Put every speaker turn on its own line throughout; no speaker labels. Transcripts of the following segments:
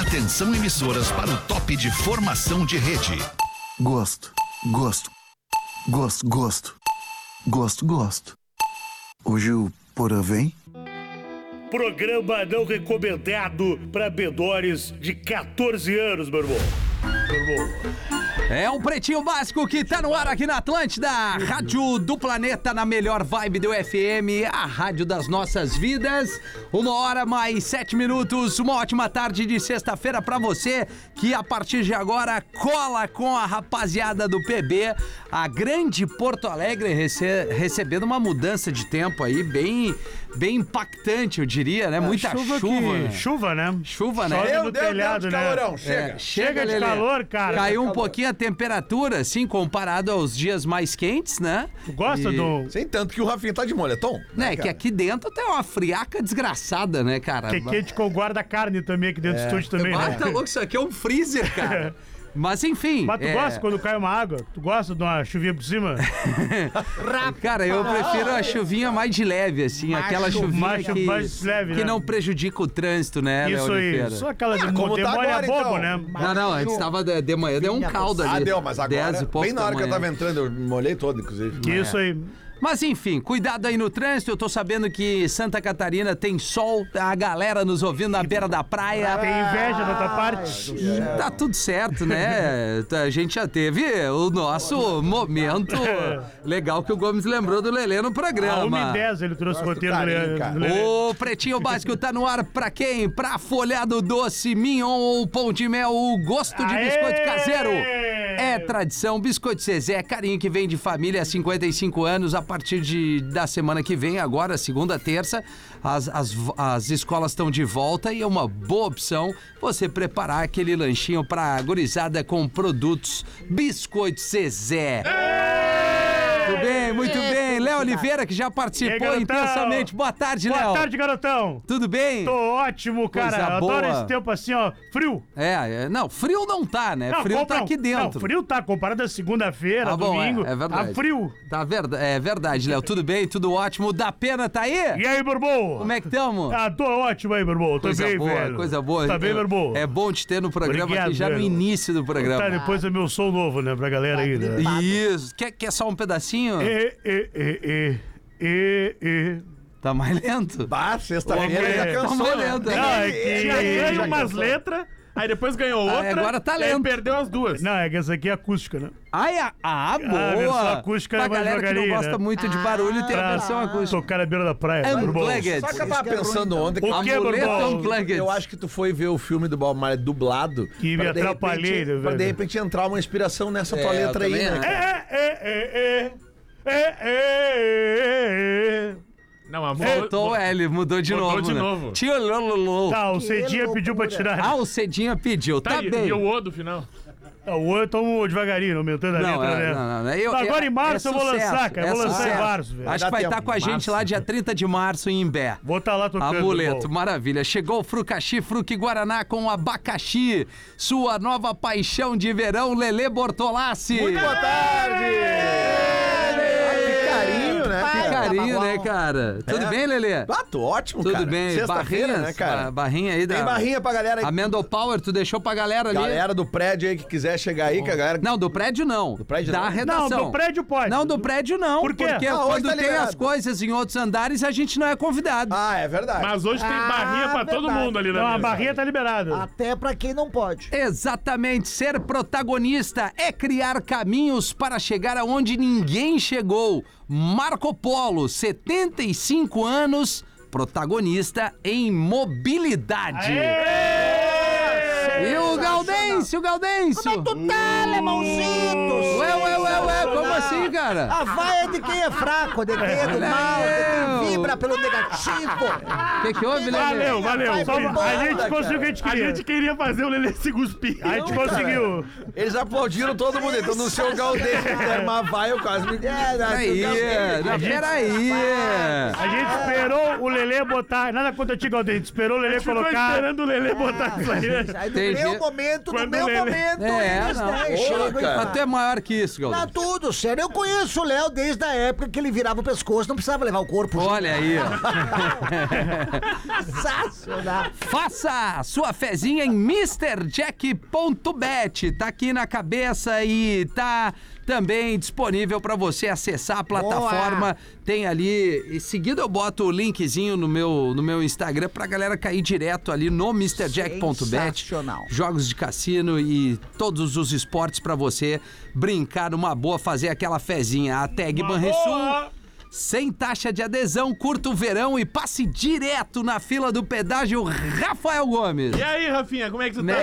Atenção emissoras para o top de formação de rede.
Gosto, gosto, gosto, gosto, gosto, gosto. Hoje o Porã vem?
Programa não recomendado para bedores de 14 anos, meu irmão. Meu irmão.
É um pretinho básico que tá no ar aqui na Atlântida, Rádio do Planeta, na melhor vibe do FM, a rádio das nossas vidas. Uma hora mais sete minutos, uma ótima tarde de sexta-feira pra você que a partir de agora cola com a rapaziada do PB. A grande Porto Alegre rece- recebendo uma mudança de tempo aí bem, bem impactante, eu diria, né? Muita chuva.
É.
que- Chuva, né?
Chuva, né?
Sobe
Meu
no
Deus,
telhado,
Deus,
né?
calorão, chega.
É,
Chega de
Lelê.
calor, cara.
Caiu um pouquinho a temperatura, assim, comparado aos dias mais quentes, né?
Gosta
E-
do.
Sem tanto que o Rafinha tá de moletom.
Né, que aqui dentro tem uma friaca desgraçada, né, cara?
Que é quente com guarda-carne também aqui
É.
dentro do estúdio também,
Ah,
né?
tá louco, isso aqui é um freezer, cara. Mas enfim.
Mas tu
é,
gosta quando cai uma água? Tu gosta de uma chuvinha por cima?
Cara, eu prefiro a chuvinha mais de leve, assim, aquela chuvinha
macho
que,
mais leve,
que
né?
não prejudica o trânsito,
É,
né,
Isso aí.
Leonifeira?
Só aquela de
como tá
demora é
agora,
bobo,
então.
né?
Não, não, antes tava de, de manhã, deu um caldo ali.
Ah, deu, mas agora,
10 e pouco
bem na hora
da
que eu
manhã.
tava entrando, eu me molhei todo, inclusive.
Isso aí.
Mas enfim, cuidado aí no trânsito. Eu tô sabendo que Santa Catarina tem sol, a galera nos ouvindo na beira da praia.
Tem inveja da tua
Ah,
parte?
Tá tudo certo, né? A gente já teve o nosso momento legal que o Gomes lembrou do Lelê no
A
programa.
1h10 ele trouxe Ah, o
Gosto
roteiro
do
do
carinho,
Le-
cara.
do Lelê.
O Pretinho Básico tá no ar pra quem? Pra folhado doce, mignon ou pão de mel, o gosto de
Aê!
biscoito caseiro. É tradição, Biscoito Zezé, é carinho que vem de família há 55 anos, a partir de, da semana que vem, agora, segunda, terça, as, as, as escolas estão de volta e é uma boa opção você preparar aquele lanchinho pra gurizada com produtos Biscoito Zezé. Muito bem, muito bem. Léo Oliveira, que já
E
participou
aí, garotão?
intensamente. Boa tarde, Léo.
Boa tarde, garotão.
Tudo bem?
Tô ótimo, cara.
Coisa
Eu Adoro
boa.
esse tempo assim, ó. Frio.
É, é, não, frio não tá, né?
Não,
frio
compra
tá
um-
aqui dentro.
Não, frio tá. Comparado a segunda-feira,
Tá bom,
domingo.
é, é verdade.
Tá frio.
Tá verda é verdade, Léo. Tudo bem, tudo ótimo. O Da Pena tá aí?
E aí, meu irmão?
Como é que tamo?
Ah, tô ótimo aí, meu irmão. Tô
coisa
bem,
boa,
velho.
coisa boa.
Tá bem, meu irmão?
É bom te ter no programa
Obrigado,
aqui, já no
velho.
início do
Tá,
programa.
depois é meu som novo, né, pra galera aí, né?
Isso. Quer, quer só um pedacinho?
E, e, e, e, e, e.
Tá mais lento?
Bah, sexta-feira
Homem,
já
tá
cansou.
molhando,
né?
né?
Não, é que...
Tinha ganho umas letras, aí depois ganhou
Ah,
outra.
agora tá
e aí
lento.
perdeu as duas.
Não, é que essa aqui é acústica, né?
Ai, a, a
a versão
boa.
acústica
pra
é mais
galera que
devagarinho,
não gosta
né? Ah,
muito de barulho, tem a
Pra
É versão acústica. É
tocar na beira da praia. né, meu irmão?
Unplugged.
Só que eu tava pensando
então.
ontem que
O que, meu
Amuleta
irmão?
Unplugged.
Eu acho que tu foi ver o filme do Bob Marley dublado.
Que me
pra de
atrapalhei,
repente-
né,
Pra de
velho?
repente entrar uma inspiração nessa tua
É, eu
letra aí,
também
né?
acho.
É, é, é, é, é. É, é, é, é.
Não, amor.
Voltou é. o L, mudou de
Mudou
novo.
de
né?
novo.
Tio Lolo.
Tá, é. o Cedinha pediu pra tirar.
Ah, o Cedinha pediu. Tá,
Tá, e,
bem.
e o O do final.
Ah, o outro tomou devagarinho, aumentando a
Não,
letra,
é,
né?
não, não, eu-
Agora em março
é
eu vou
sucesso,
lançar, cara.
é
Eu vou lançar
sucesso.
em março, velho.
Acho
Dá
que vai
tempo,
estar com a
março.
gente lá dia 30 de março em Imbé.
Vou estar lá tocando.
Amuleto,
irmão.
maravilha. Chegou o Frucaxi, Fruque Guaraná com abacaxi. Sua nova paixão de verão, Lelê Bortolassi.
Muito boa tarde! Ah, que carinho, né?
Que
cara?
carinho, né, cara? Tudo
É.
bem, Lelê?
Ah, tô ótimo,
Tudo
cara.
bem.
Sexta-feira,
Barrinhas,
né, cara?
ba- Barrinha aí da...
Tem barrinha pra galera aí.
Amendo Power, tu deixou pra galera ali.
Galera do prédio aí que quiser chegar aí, que a galera...
Não, do prédio não. Do
prédio
da
não?
redação.
Não, do prédio pode.
Não, do prédio não.
Por quê?
Porque
Ah,
hoje
quando
tá
tem
liberado.
as coisas em outros andares, a gente não é convidado.
Ah, Ah, é verdade.
Mas hoje tem barrinha pra todo mundo ali na
Não, a
mesa.
barrinha tá liberada.
Até pra quem não pode.
Exatamente, ser protagonista é criar caminhos para chegar aonde ninguém chegou. Marco Polo, 75 anos, protagonista em mobilidade. E o Gaudêncio, o Gaudêncio.
Como é que tu tá, alemãozinho?
Ué, ué, ué, ué, como assim, cara?
A vaia é de quem é fraco, de quem é do mal, de quem vibra pelo negativo.
O que, que houve, Lelê?
tá
Valeu, valeu.
Vai, vai,
A
vai,
gente
cara.
conseguiu o que a gente
A
queria.
gente queria fazer o Lelê se cuspir.
A gente conseguiu.
Eles aplaudiram todo mundo, então no seu Galdês, que der uma vai, eu quase me... É, né,
Peraí,
seu Galdês.
não, peraí.
A gente
Ah.
esperou o Lelê botar. Nada contra ti, Galdês. A gente esperou o Lelê
Ficou
colocar.
esperando o Lelê botar isso aí. né?
Aí do
Tem
É, No meu
eleger.
momento, no
Quando
meu
ele-
momento,
É,
eles
não.
né,
Ô,
chegam e
cara.
falam.
Até maior que isso,
Tá
Galdão.
tudo sério. Eu conheço o Léo desde a época que ele virava o pescoço, não precisava levar o corpo.
Olha aí, ó.
Sensacional.
Faça a sua fezinha em MrJack.bet. Tá aqui na cabeça e tá também disponível pra você acessar a plataforma. Tem ali, em seguida eu boto o linkzinho no meu, no meu Instagram pra galera cair direto ali no MrJack.bet.
Sensacional.
Jogos de cassino e todos os esportes pra você brincar numa boa, fazer aquela fezinha. A tag Banrisul.
boa.
Sem taxa de adesão, curta o verão e passe direto na fila do pedágio Rafael Gomes.
E aí, Rafinha, como é que tu tá?
Né?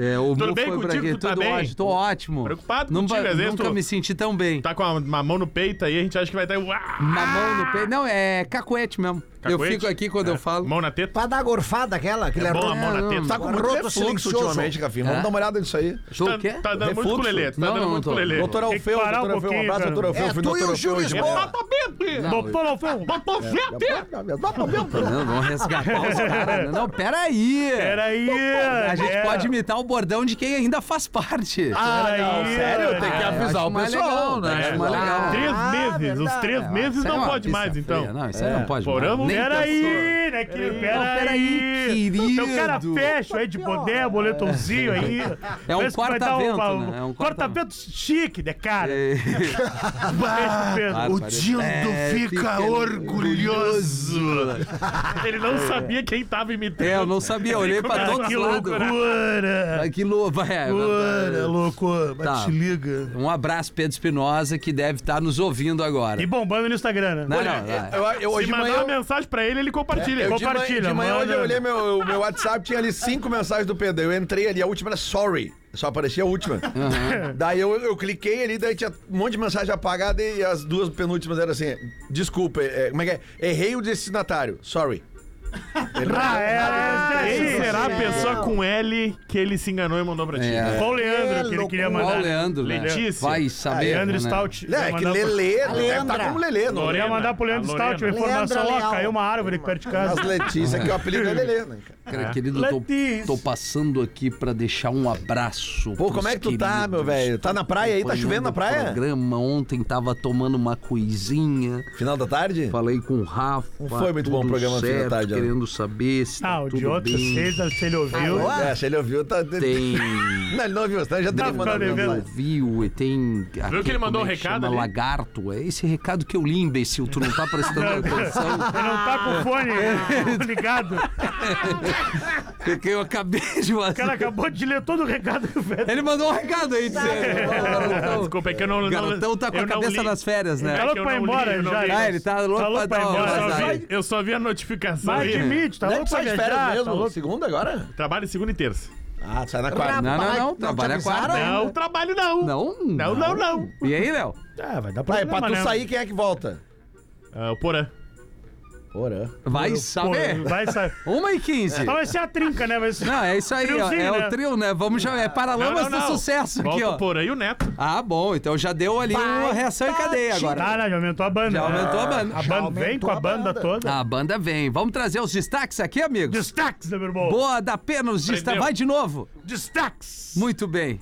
É, o
Tudo
Mu
bem
foi pra
contigo?
quê?
Tu tá
Tudo
bem?
ótimo. Tô ótimo.
Preocupado
nunca,
contigo, às vezes
Nunca
tu-
me senti tão bem.
Tá com a- uma mão no peito aí, a gente acha que vai estar. Uau!
Uma mão no peito. Não, é cacuete mesmo. Eu
Cacoete?
fico aqui quando
É.
eu falo.
Mão na teta.
Pra dar a gorfada aquela, que ele é
Bom, a mão na
não,
teta.
Tá com muito
Roto
refluxo
silencioso.
ultimamente, Rafinha. Vamos
É?
dar uma olhada nisso aí.
Tu o quê?
Tá, tá dando muito
Refluxo?
com lelê. Tá
Não,
dando
não,
muito
tô.
com lelê.
Doutor
Tem que
Alfeu,
parar
doutor Alfeu, um abraço,
pouquinho,
doutor Alfeu.
É,
Fui
tu e
doutor
o Gil
Alfeu hoje de
cara.
Lisboa.
manhã.
Exatamente!
Não,
Doutor Alfeu, doutor
É,
Zete!
Não, vão resgatar os caras. Não, peraí.
Peraí!
A gente
é.
pode Ah, imitar o bordão de quem ainda faz parte.
Ah, Peraí!
Sério, tem que
É,
avisar
acho
o
mais
pessoal,
legal, né?
né?
Acho mais legal.
Três
Ah,
meses, os
verdade.
três meses
Isso aí é
não
uma
pode
pista
mais,
fria.
então.
Não, isso aí não pode
Poramos?
mais. Nem pensou.
Peraí, né, querido?
Não,
Peraí,
peraí, querido. Tá
Então o cara fecha aí de boné, boletãozinho aí.
É um
Parece que vai dar
corta-vento,
uma-
né? É um
Corta-vento chique, né, cara?
Bah, o Dildo
É,
fica
fica
orgulhoso.
Ele não sabia quem tava imitando.
Ah, É, eu não sabia, eu olhei pra todos
Que
os lados.
né?
loucura.
Ora,
Ah, Que louva, é.
ora, louco, mas
Tá.
te liga.
Um abraço, Pedro Espinosa, que deve estar nos ouvindo agora.
E bombando no Instagram, né?
Não, é. não, não.
Eu, eu-
Se
hoje de
mandar
manhã...
uma
eu-
mensagem pra ele, ele
É,
compartilha.
Eu de manhã-
compartilha.
de manhã hoje
manda.
eu olhei meu, meu WhatsApp, tinha ali cinco mensagens do Pedro. Eu entrei ali, a última era sorry. Só aparecia a última. Daí eu, eu cliquei ali, daí tinha um monte de mensagem apagada e as duas penúltimas eram assim: desculpa, é, como é que é? Errei o destinatário, sorry. Ele-
Ah, é, é, é,
Esse
Quem será a
é.
pessoa com um L que ele se enganou e mandou pra ti?
É.
Qual o Leandro que ele
loucura.
queria mandar?
Qual o Leandro, né?
Letícia.
Vai saber.
Leandro
né?
Stout.
Não, é
Vai
que
mandar pro-
Lelê, deve
Leandra.
tá como Lelê, não.
Eu ia mandar pro Leandro A Stout uma Lorena.
Leandra
informação, ó,
Leal.
caiu uma árvore aqui perto de casa.
Mas Letícia, que o apelido é Lelê, né? cara?
Cara, querido, tô,
Letícia.
tô passando aqui pra deixar um abraço.
Pô, como é que tu tá, meu velho? Tá na praia aí? Tá chovendo na praia?
um Programa. Ontem tava tomando uma coisinha.
Final da tarde?
Falei com o Rafa.
Não foi muito bom o
tudo
programa ontem de
certo,
tarde, né?
Querendo saber se tá
Ah, o
tudo
de outra
bem.
sexta, se ele ouviu.
Alô?
É, se ele ouviu, tá.
Tem...
Não, ele não ouviu, tá? Já deu
Tá
mandar
ficando devendo.
mensagem.
viu e tem. aquele-
que ele mandou
como
o
é
recado
chama?
ali?
Lagarto. É esse recado que eu li, imbecil. Tu não tá prestando atenção.
Ele não tá com o fone né? Tá ligado. O
Porque eu acabei de
cara
fazer.
acabou de ler todo o recado do velho.
Ele mandou um recado aí dizendo. "Ó, garotão."
Desculpa, é que eu não.
O garotão tá com
eu
a
não
cabeça
li.
nas férias,
Tá
né?
louco pra ir embora já.
Ah, ele tá louco
Tá
pra
louco pra
dar
ir
uma
embora. Eu só
vazada.
vi- Eu só vi a notificação.
Mas
ali.
admite, tá
Quando
né?
é
louco
que
pra
sai de férias
viajar, tá
mesmo?
um
louco.
Segunda agora?
Trabalho segunda e terça.
Ah, sai na quarta.
Não, não, não. Trabalha
te avisaram?
quarta. ainda.
é
Não, trabalho não.
Não,
Não, não, não.
E aí, Léo?
Ah, vai dar
Tá, e pra tu
né?
sair, quem é que volta?
Ah, o Porã.
Porã.
Vai
Pô,
saber.
Vai sair.
Uma e quinze.
Então vai ser a trinca, né? Vai ser...
Não, é isso aí, ó.
Triozinho,
É
né?
o trio, né? Vamos já. É Paralamas do Sucesso aqui,
Volta um
ó.
o Porã e o Neto.
Ah, bom. Então já deu ali uma reação em cadeia agora.
Ah, não, já aumentou a banda. Ah,
Já aumentou a banda.
A banda vem
aumentou
com a
a
banda
banda.
toda.
A banda vem. Vamos trazer os destaques aqui, amigos?
Destaques, né, meu irmão?
Boa, dá pena os destaques.
Aprendeu.
Vai de novo.
Destaques!
Muito bem.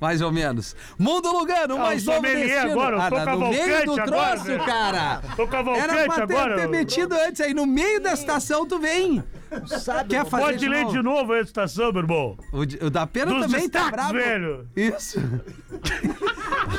Mais ou menos. Mundo Lugano, mais
eu sou
novo
Melier
destino.
Ah, agora, eu tô
tá no
Cavalcante
meio do
agora,
troço,
velho.
cara.
Tô com a
Era
Valcante
pra ter,
agora.
ter metido antes aí. No meio da estação tu vem.
Sabe?
Quer fazer
Pode
de
ler
novo?
de novo a estação, meu irmão.
O, d- o da pena
Dos
também tá
destaques,
bravo.
velho.
Isso.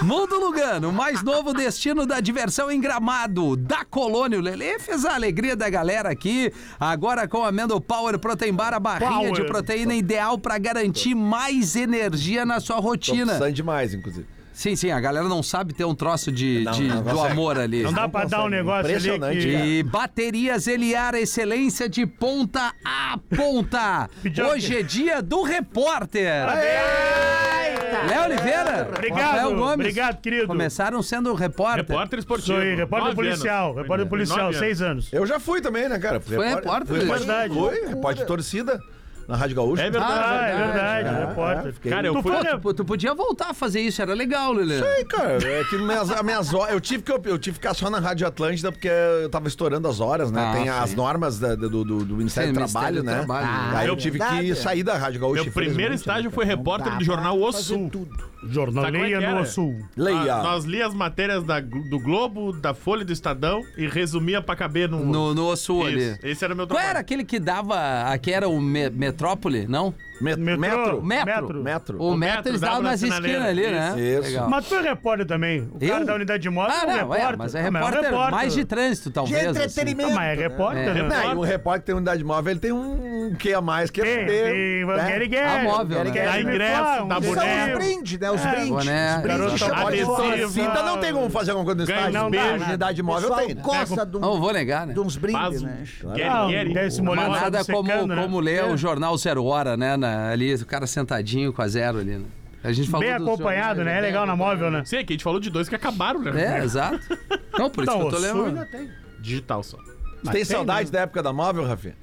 Mundo Lugano, mais novo destino da diversão em Gramado, da Colônia. O Lelê fez a alegria da galera aqui, agora com a Amendo Power Protein Bar, a barrinha
Power.
de proteína ideal para garantir mais energia na sua rotina.
Sai demais, inclusive.
Sim, sim, a galera não sabe ter um troço de,
Não,
de-
não
do
consegue.
amor ali.
Não dá pra dar um
consegue.
negócio ali
Impressionante,
que...
cara.
E baterias Eliar, excelência de ponta a ponta.
Pediu
Hoje é dia do repórter. Léo Oliveira.
Obrigado,
Rafael Gomes.
obrigado, querido.
Começaram sendo repórter.
Repórter esportivo.
Sou aí, repórter
Nove
policial,
anos.
repórter policial,
Nove
É
seis anos.
Eu já fui também, né, cara? Foi
repórter,
Foi,
né?
repórter,
Verdade.
foi, repórter de torcida. na Rádio Gaúcha.
É verdade.
Ah, é verdade,
é,
repórter.
fiquei-
Cara, eu
tu
fui-
foi,
Pô, tu podia voltar a fazer isso, era legal, Lelê.
Aí, cara, é que minhas, as minhas horas. Eu tive, que, eu, tive que ficar só na Rádio Atlântida porque eu tava estourando as horas, né?
Ah,
Tem as
sim.
normas da- do, do- do Ministério
Sim,
do
Ministério
Trabalho,
do
né?
Trabalho. é
Ah, Aí eu tive que
verdade.
sair da Rádio Gaúcha.
Meu primeiro
infelizmente,
estágio
né?
foi repórter do jornal O
Fazer
Sul.
tudo.
Jornal
Sabe como é
Leia
que
no
era?
Sul.
Leia.
Nós, nós li as matérias da- do Globo, da Folha e do Estadão e resumia pra caber no.
No, no osso ali.
Isso, esse era o meu
Qual
trabalho.
era aquele que dava. Aqui era o me- Metrópole, não?
Met-
Metrô.
Metro.
Metro.
Metro.
O, metro,
Metro
dava
dava na
nas esquinas
sinaleira,
ali, né?
isso.
Legal.
Mas tu é repórter também. O cara
Eu?
da unidade de moto
Ah,
é um
não,
repórter.
é, mas é
Ah,
repórter, mais de trânsito,
De
talvez. assim.
entretenimento.
Ah, mas é
né?
repórter,
É.
né?
Não, e um repórter que tem unidade móvel, ele tem um um quê a mais que
Tem, tem, um
né?
quer e
Ah, móvel, né?
Dá ingresso, dá
São
boné.
os brindes, né? Os
É,
brindes.
boné.
Os brindes.
Garota
chocolate.
Olha só,
Adesivo.
cinta não tem como fazer alguma coisa no
Ganha
estádio.
uns
Beijo,
beijos.
unidade
O
móvel
pessoal
tem. né?
gosta de, um-
Não vou negar, né?
de uns brindes,
Faz um-
né?
Quer,
Ah,
quer,
dá esse molhão
Mas nada
secando,
como,
né?
como ler
É.
o jornal Zero Hora, né? na- ali, o cara sentadinho com a zero ali, né? A gente falou
Bem
dos
acompanhado, né?
jornais,
É legal na móvel, né?
Sim, é que a gente falou de dois que acabaram, né?
É, exato. Não, por isso
Não,
que eu tô
o Sul
lembrando.
ainda Tá né? tem.
Digital só.
Tem saudade da época da móvel, Rafinha?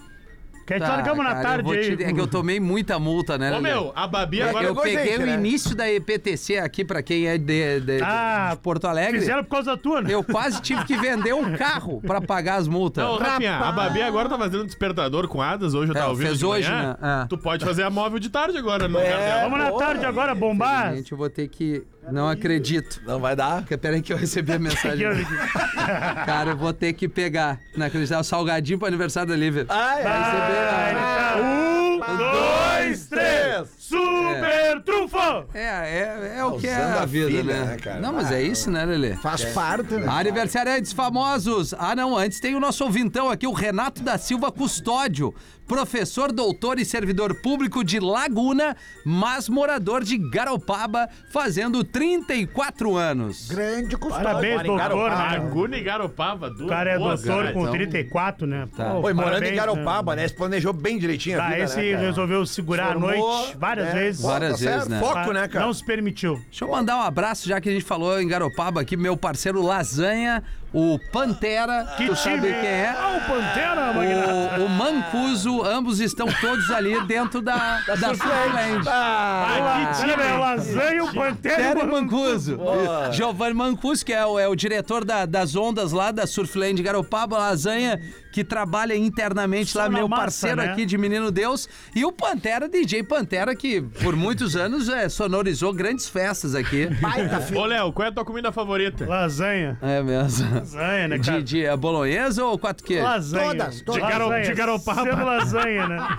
Quer te
Tá,
largamos na
cara, eu
tarde
vou
aí.
te- É que eu tomei muita multa, né?
Ô,
Lelê?
meu, a Babi agora.
eu
gostei,
peguei o
né?
início da EPTC aqui, pra quem é de, de- de-
Ah,
de Porto Alegre.
Fizeram por causa da tua, né?
Eu quase tive que vender um carro pra pagar as multas.
Não, Rafinha, a Babi agora tá fazendo despertador com Adas, hoje eu tava
É,
ouvindo
fez
de
hoje,
manhã.
né? É.
Tu pode fazer a móvel de tarde agora né? no lugar dela.
Vamos na tarde agora bombar.
Gente, eu vou ter que. Não acredito.
Não vai dar.
Que- Peraí que eu recebi a mensagem. Cara, eu vou ter que pegar. Não acredito, é o salgadinho pro aniversário da Lívia.
Ah, é.
Um, dois, três. Super trunfo!
É, é, é o que é
Usando
a
a
vida,
filha,
né?
né, cara?
Não, mas é isso, né, Lelê?
Faz parte,
Ah.
né?
Aniversariantes famosos. Ah, não, antes tem o nosso ouvintão aqui, o Renato da Silva Custódio, professor, doutor e servidor público de Laguna, mas morador de Garopaba, fazendo 34 anos.
Grande custódio.
Parabéns, doutor. né?
é
Laguna e Garopava, duas
O cara é
boas
doutor
cidades.
com
então-
34, né?
Tá.
Pô,
Oi, morando em
parabéns,
Garopaba, né? Se planejou bem direitinho a
Tá,
vida,
esse
né, cara?
resolveu segurar
Formou,
a noite várias
né?
vezes.
Pô, tá
Várias
certo.
vezes, né?
Foco, né, cara?
Não se permitiu.
Deixa eu mandar um abraço, já que a gente falou em Garopaba aqui, meu parceiro Lasanha, o Pantera,
Que
tu
time!
sabe quem é?
Ah, o Pantera, Magnata.
O, o Mancuso, ambos estão todos ali dentro da, da, Surfland.
Ah, que time, é o Lasanha, o Pantera e
Sério,
o
Mancuso. Giovanni Mancuso, que é o, é o diretor da- das ondas lá da Surfland de Garopaba, Lasanha, que trabalha internamente
Só
lá,
na
meu
massa,
parceiro
né?
aqui de Menino Deus. E o Pantera, DJ Pantera, que por muitos anos é, sonorizou grandes festas aqui.
Baita filho.
Ô, Léo, qual é a tua comida favorita?
Lasanha.
É mesmo.
Lasanha, né, cara?
De, de é bolonhesa ou quatro queijos?
Lasanha.
Todas, todas.
De, garo, de garopaba. Sendo lasanha, né?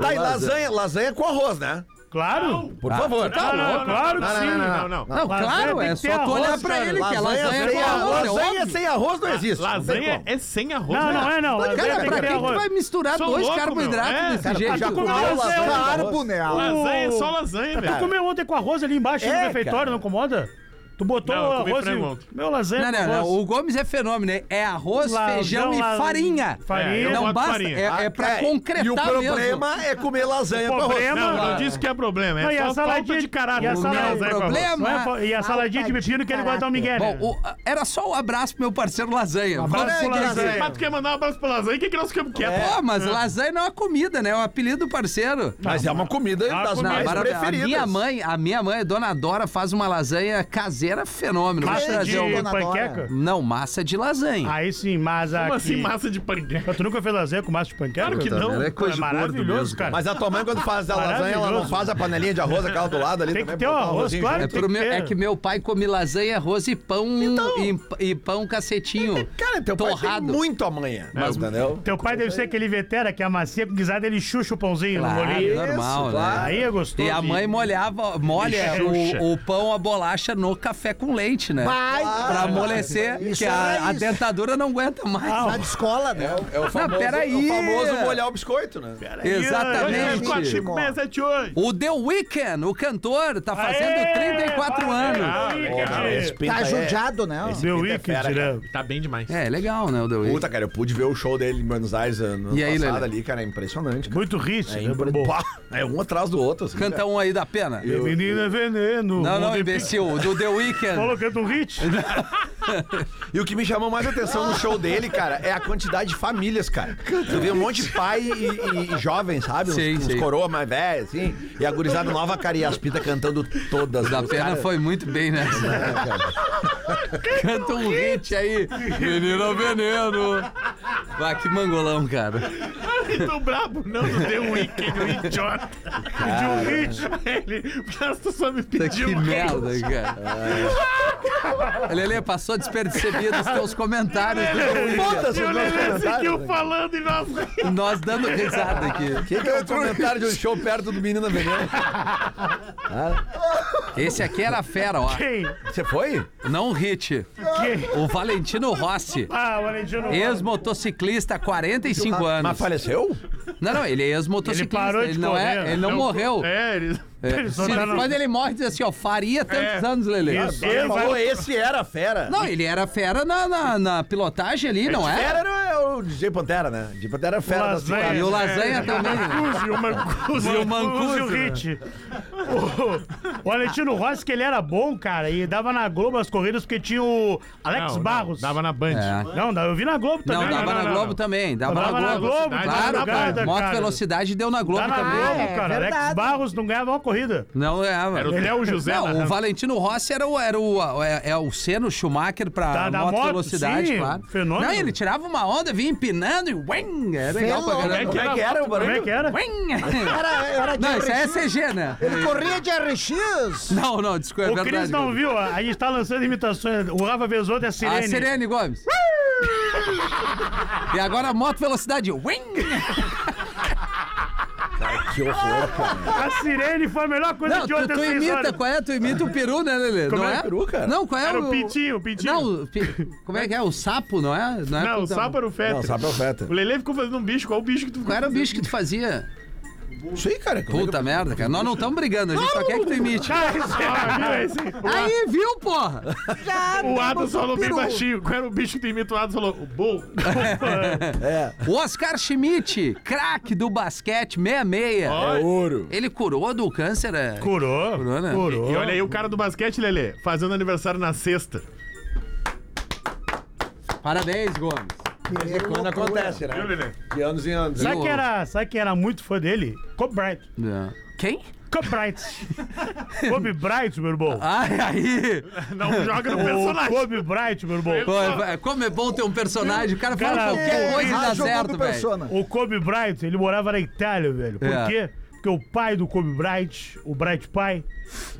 Tá, e lasanha, lasanha com arroz, né?
claro.
Por favor.
Não, não, não,
claro
não,
que
não,
sim.
Não, não, não. não.
Não,
Lasanha
claro,
tem
é
que ter
só tu olhar
arroz,
pra
cara,
ele, que é lasanha
sem
com arroz, é
lasanha
óbvio.
sem arroz não existe. não tem
Lasanha
como.
é sem arroz.
Não,
né?
não é não. Lasanha
Cara,
tem
pra
que ter
que tu vai
arroz.
misturar
Sou
dois
louco,
carboidratos
meu. É,
desse
cara,
jeito?
Já comeu
Não,
lasanha com
não.
é um arroz?
Carbo, né?
Lasanha é só lasanha,
Tu
velho.
comeu ontem com arroz ali embaixo
É,
no refeitório,
cara.
não incomoda? Tu botou
Não, eu comi
arroz
frango
e...
ontem.
Meu lasanha
Não, não,
com
não.
arroz.
O Gomes é fenômeno, né? É arroz,
Lá-
feijão
não,
e
lá-
farinha.
Farinha.
É, eu
Não
boto
basta,
farinha.
é, é pra
É,
concretar
E o
mesmo.
problema é comer lasanha com arroz.
Problema-
Não, não disse que é problema. É
Não, e
só
a
falta
saladinha
de caráter.
E a
Não,
saladinha,
não é
problema.
Não é fa- e a saladinha de pepino que ele gosta de dar um migué, né?
Bom, o- era só um abraço pro meu parceiro Lasanha.
abraço pro
Quer dizer,
Lasanha.
Mas tu quer mandar um abraço pra lasanha? O que que nós ficamos quietos?
Pô, mas lasanha não é uma comida, né? É o apelido do parceiro.
Mas é uma comida
uma
das
comida.
mais
Agora, a
preferidas.
minha mãe, a minha mãe, dona Dora, faz uma lasanha caseira fenômeno. Vou te
Massa
trazer um.
de
uma.
Dona Dora.
panqueca?
Não, massa de lasanha.
Aí sim, mas É, aqui...
Como assim, massa de panqueca?
Mas tu nunca fez lasanha com massa de panqueca?
Claro que não.
É coisa maravilhoso, cara.
Mas a tua mãe, quando faz a lasanha, ela não
Maravilhoso.
faz a panelinha de arroz, aquela do lado ali
Tem que
também.
ter o
botar um
arroz,
arrozinho
claro.
É,
junto.
pro meu- é
inteiro.
que meu pai come lasanha, arroz e pão e, e pão cacetinho.
É, Cara, teu pai tem
torrado.
muito
É,
amanhã. Mas, entendeu?
Teu pai deve ser aquele vetera que amacia com guisada, ele chucha o pãozinho
Claro,
no molinho.
normal, né?
claro.
Aí é gostoso.
E a mãe molhava, molha
Xuxa.
o, o pão, a bolacha no café com leite, né?
Vai,
pra amolecer,
Isso
que
era
a, a
isso.
dentadura não aguenta mais.
Tá de escola, né?
É o famoso,
peraí.
é o famoso molhar o biscoito, né?
Exatamente.
4, 5, 6, 7, 8.
O The Weeknd, o cantor, tá fazendo
Aê,
34
parabéns,
anos.
Weekend.
pinta
Tá
aí é-
judiado, né?
Meu
Pinta é
Wicked,
fera, cara.
né?
Tá bem demais.
É, legal, né, o The Weeknd.
Puta, cara, eu pude ver o show dele em Buenos Aires ano
E aí,
passado
Lelê?
ali, cara, é impressionante. Cara.
Muito hit,
É,
né,
impre-
Borbô?
Pá, é um atrás do outro. Assim,
Canta um aí da pena.
Eu-
Menina é veneno.
Não,
mundo
não,
é
imbecil. Do The Weeknd.
Falou que canta um hit.
E o que me chamou mais atenção no show dele, cara, é a quantidade de famílias, cara. Eu vi um monte de pai e, e- e jovens, sabe? Uns,
Sim,
uns
sim.
coroa mais velhos, assim. E a gurizada nova, cara, e as pitas cantando todas.
Da
os
pena
cara-
foi muito bem nessa. Canta um hit aí. Menino ao veneno. Vai, que mangolão, cara.
Tô Então, brabo. Não, não deu um Weekend, um idiota. Pediu um hit. Ele, Gasta só me
Puta,
pediu
Que
um hit.
merda, cara. Lele, passou despercebido os teus comentários.
Todas
E
os
o
meus
Lelê seguiu
comentários.
falando e nós
Nós dando risada aqui.
Quem que é o comentário de um show perto do Menina Veneno?
Esse aqui era fera, ó.
Quem?
Você foi?
Não o hit.
Quem?
O Valentino Rossi.
Ah, o Valentino.
Ex-motociclista, 45
Mas
anos.
faleceu?
Não, não, ele é
Ele
ex-motociclista.
parou
Ele,
de
não é,
correr. né?
ele não
Não,
morreu.
É, ele...
É.
Ele só
Se-
tá no-
Quando ele morre, diz assim, ó, faria tantos
É,
anos, Lele.
Isso.
Ele
Ele
falou,
vai-
esse era a fera.
Não, ele era fera na, na, na pilotagem ali, não é?
Fera era o DJ Pantera, né? DJ Pantera era fera. da cidade.
Lasanha.
E o Lasanha também. né?
E o Mancuso,
E
e
o
o Mancuso. E o
Mancuso, né?
Hit. O, o Valentino Rossi, que ele era bom, cara, e dava na Globo as corridas porque tinha o Alex
Não,
Barros.
Não, dava na Band.
É.
Não, dava- eu vi na Globo
Não,
também.
dava na
não,
Globo
não.
também. Dava,
Dava
na
na
Globo.
Globo,
claro,
dava na
cara.
Globo,
Moto
cara.
Velocidade deu na Globo
Dá na
também.
Globo,
é
cara. Alex
verdade.
Barros não ganhava uma corrida.
Não ganhava.
Era o Léo José.
Não,
né?
o Valentino Rossi era o, era o, é, é o Seno Schumacher pra
Da- da
moto,
moto,
velocidade,
sim,
claro.
fenômeno.
Não, ele tirava uma onda, vinha empinando e uém! Era legal pra
Fenômeno.
caramba.
Como é que era o
Como é que
barulho?
era?
Uém!
Era, era de
Não, isso aí é
RX.
CG, né?
Ele corria de RX.
Não, não, desculpa, é
O
verdade.
Cris não
Gomes.
viu, a a gente tá lançando imitações. O Rafa Vezoto é a Sirene.
A Sirene Gomes. e agora a moto velocidade. Uém!
Que horror, cara.
A Sirene foi a melhor coisa
Não,
de
tu,
ontem
tu
às seis
imita,
horas.
qual é? Tu imita o peru, né, Lelê?
Como
não
é
é?
o peru, cara?
Não, qual é
Era o Pintinho, o Pintinho.
Não, o pi- como é que é? O sapo, não é? Não, é
Não, o
puta-
sapo era o Fetter.
Não, sabe o feta.
O Lelê ficou fazendo um bicho. Qual o bicho que tu
Qual era o bicho que tu fazia?
Isso aí, cara. como é que-
Puta merda, cara. Nós não estamos brigando, a gente só quer que tu imite.
Ah, esse era, viu? Esse-
Aí, viu, porra? Tá
Já
O Adas falou bem
peru.
baixinho. Qual era o bicho que tu imita o Adas? Falou, o burro.
O Oscar Schmidt, craque do basquete 66.
Olha.
Ouro.
Ele curou do câncer? é?
Curou.
Curou, né?
Curou.
E olha aí o cara do basquete, Lelê, fazendo aniversário na sexta.
Parabéns, Gomes.
Quando acontece, né?
Viu, Lelê?
De anos em anos.
Sabe quem era, sabe quem era muito fã dele? Kobe Bryant.
Não. Quem?
Kobe Bryant. Kobe Bryant, meu irmão.
Ai, aí.
Não joga no
O
personagem.
Kobe Bryant, meu irmão.
Pô, é- como é bom ter um personagem. O cara fala
Cara,
qualquer
é,
coisa e
Ah,
dá
jogou
certo,
pro
velho.
Persona.
O Kobe Bryant, ele morava na Itália, velho. Por
É.
quê? Porque o pai do Kobe Bryant, o Bryant pai,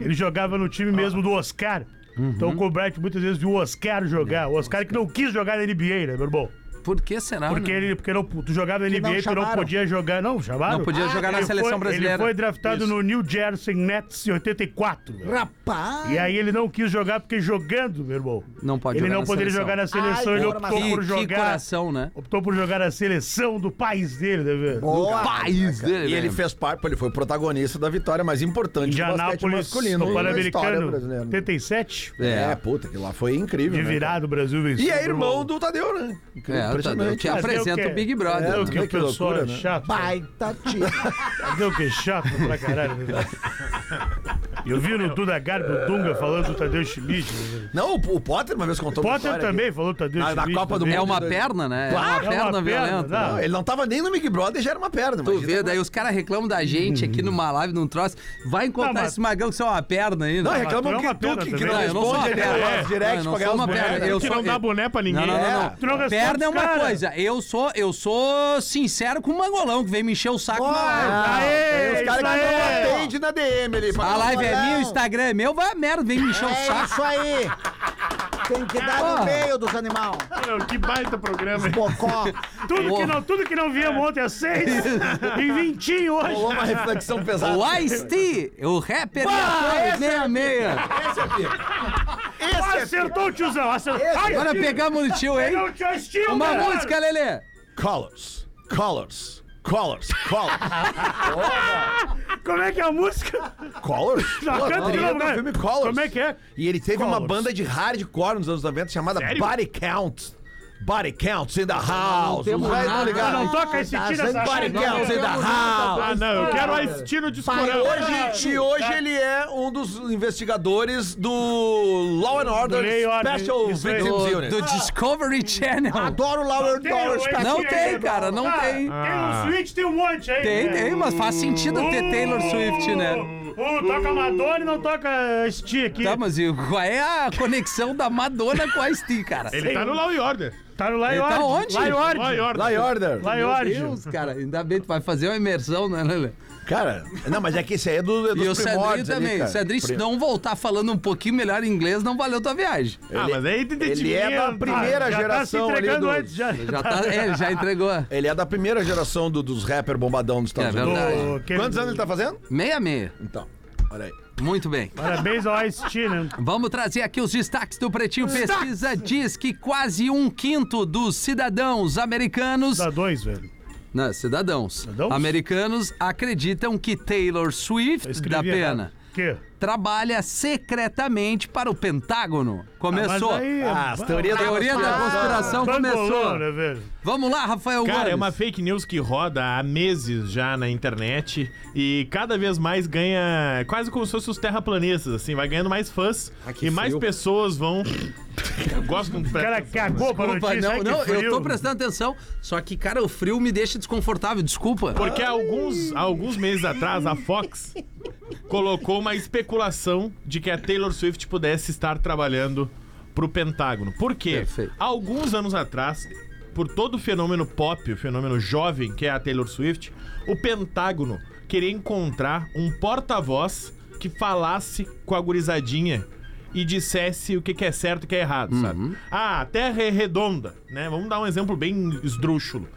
ele jogava no time mesmo do Oscar.
Uhum.
Então o Kobe Bryant muitas vezes viu o Oscar jogar. O Oscar que não quis jogar na NBA, né, meu irmão?
Por que será?
Porque
né?
ele porque não, tu jogava na
não
NBA, tu não
chamaram.
podia jogar. Não, chamaram.
Não podia jogar na
ele
seleção
foi-
brasileira.
Ele foi draftado
Isso.
no New Jersey Nets em 84. velho.
Rapaz.
E aí ele não quis jogar porque jogando, meu irmão.
Não pode
Ele
jogar
não
na
poderia
seleção.
jogar na
Ai,
seleção, ele
que
optou por
que, que
jogar.
coração, né?
Optou por jogar na seleção do país dele, né, velho?
Boa.
País dele.
E ele
né?
fez parte, ele foi o protagonista da vitória mais importante do basquete
Indianápolis,
masculino.
no
da história
Pan-Americano,
brasileira.
87.
É,
É.
puta, que lá foi incrível.
De
né, cara?
virado, o Brasil venceu.
E é
por um
irmão
gol.
do Tadeu, né?
É, o Tadeu
Impressionante.
que
Fazer
apresenta
o
o,
quê?
Big
Fazer
Brother.
o que
também
o
que
pessoal
loucura,
é
né?
chato.
Baita tio.
Fazer o que é chato pra caralho. né, velho? Eu vi no Duda Garbi o Dunga falando do Tadeu Schmidt. né, velho?
Não, o, o Potter uma vez contou uma
Potter
história
também
aqui.
falou do Tadeu
Na-
Schmidt.
na Copa do
também.
É uma
Dois.
perna, né? É
É
uma
uma
perna
perna,
violenta. né?
não.
Não, ele não tava nem no Big Brother, já era uma perna.
Tu
imagina.
vê, daí os caras reclamam da gente aqui numa live, num troço. Vai encontrar
Não, mas-
esse magrão que só é uma perna ainda.
Não,
tu é
reclamam que
uma
tu
perna
que, que
também.
não
Não, eu não sou uma
responde ali
perna.
as
Não, eu
direct
não
pra ganhar
sou
os
uma perna.
bonecos.
Eu
que
sou-
não dá boné pra ninguém.
Não, não, não, não.
É.
Tu não responde,
Perna é uma
cara.
coisa. Eu sou, eu sou sincero com o mangolão que vem me encher o saco na live.
é.
Aê,
Os caras
isso
que
aí.
não atendem na DM ali. pra
A live é
Mangolão.
minha, o Instagram é meu, vai a merda, vem me encher o
É
saco.
isso aí. Tem que dar
Porra.
no meio dos animal.
é,
Não, Que baita programa. hein?
Bocó.
Tudo
Porra.
que, não, tudo que não viemos ontem às seis, em vintinho hoje.
Rolou uma reflexão pesada.
O Ice-T, o rapper
Bah,
da 66.
Acertou o tiozão, acertou. Ai,
Agora
tio,
pegamos no tio, hein?
pegou o tio, tio,
Uma
caralho.
música, Lelê.
Colors, colors, colors, colors.
Como é que é a música?
Colors?
Não,
Pô,
canta de
trilha
novo,
do
né?
filme Colors.
Como é que é?
E ele teve uma
Colors.
banda de hardcore nos anos 90 chamada Body Count. Body counts in the house.
temos
Vai, tá
nada.
ligado?
Não toca
Tá
esse tira essa
Body counts in the house.
Ah, não, eu quero a estilo de escorão.
Ah,
Hoje, e hoje ele é um dos investigadores do Law and Order
Do Lei e Ordem,
Special
isso aí.
Victims
Do,
Unit.
do Discovery Channel.
Adoro Law and Order
um
Special.
Não tem, cara, não tem.
Ah, Tem um Switch, tem um monte aí.
Tem,
né?
tem, mas faz sentido ter Taylor Swift, né?
Uh, toca Madonna e não toca Sting aqui.
Tá, mas e qual é a conexão da Madonna com a Sting, cara?
Ele tá no Law and Order.
Tá no Lai
Ele tá
Ordi.
onde?
Lai Ordi.
Law and Order.
Law and Order.
Lai
Meu
Ordi.
Deus, cara, ainda bem que tu vai fazer uma imersão, né, Lelê?
Cara, não, mas é que esse aí é, do, é dos
E o Cedrinho
primórdios ali,
também.
cara.
Cedrinho, se não voltar falando um pouquinho melhor inglês, não valeu tua viagem.
é
Ah, mas aí né? tem
Ele é da primeira
Ah, já
geração
tá se
ali
entregando
do-
antes, já.
Já tá, é, ele já entregou.
Ele é da primeira geração do- dos rapper bombadão dos Estados
É
Unidos.
verdade.
Ô, aquele-
Quantos anos ele tá fazendo?
Meia meia.
Então, olha aí.
Muito bem.
Parabéns ao Ice-T, né?
Vamos trazer aqui os destaques do Pretinho. Pesquisa diz que quase um quinto dos cidadãos americanos.
Dá dois, velho.
Não, cidadãos.
Cidadãos?
Americanos acreditam que Taylor
Eu
Swift
escrevi
da pena.
errado. Quê?
Trabalha secretamente para o Pentágono. Começou.
Ah, as teorias da
Teoria da conspiração Então começou.
Começou, né, velho?
Vamos lá, Rafael
Cara,
Gomes.
é uma fake news que roda há meses já na internet e cada vez mais ganha, quase como se fosse os terraplanistas, assim, vai ganhando mais fãs e mais pessoas vão. Eu gosto quando
O cara cagou pra
Desculpa,
notícia.
não,
ai, que
não, eu
frio.
tô prestando atenção. Só que, cara, o frio me deixa desconfortável, desculpa.
Porque há alguns, há alguns meses atrás, a Fox colocou uma especulação de que a Taylor Swift pudesse estar trabalhando pro Pentágono. Por quê?
Perfeito.
Há alguns anos atrás, por todo o fenômeno pop, o fenômeno jovem que é a Taylor Swift, o Pentágono queria encontrar um porta-voz que falasse com a gurizadinha e dissesse o que, que é certo e o que é errado, sabe? Ah, a Terra é redonda, né? Vamos dar um exemplo bem esdrúxulo.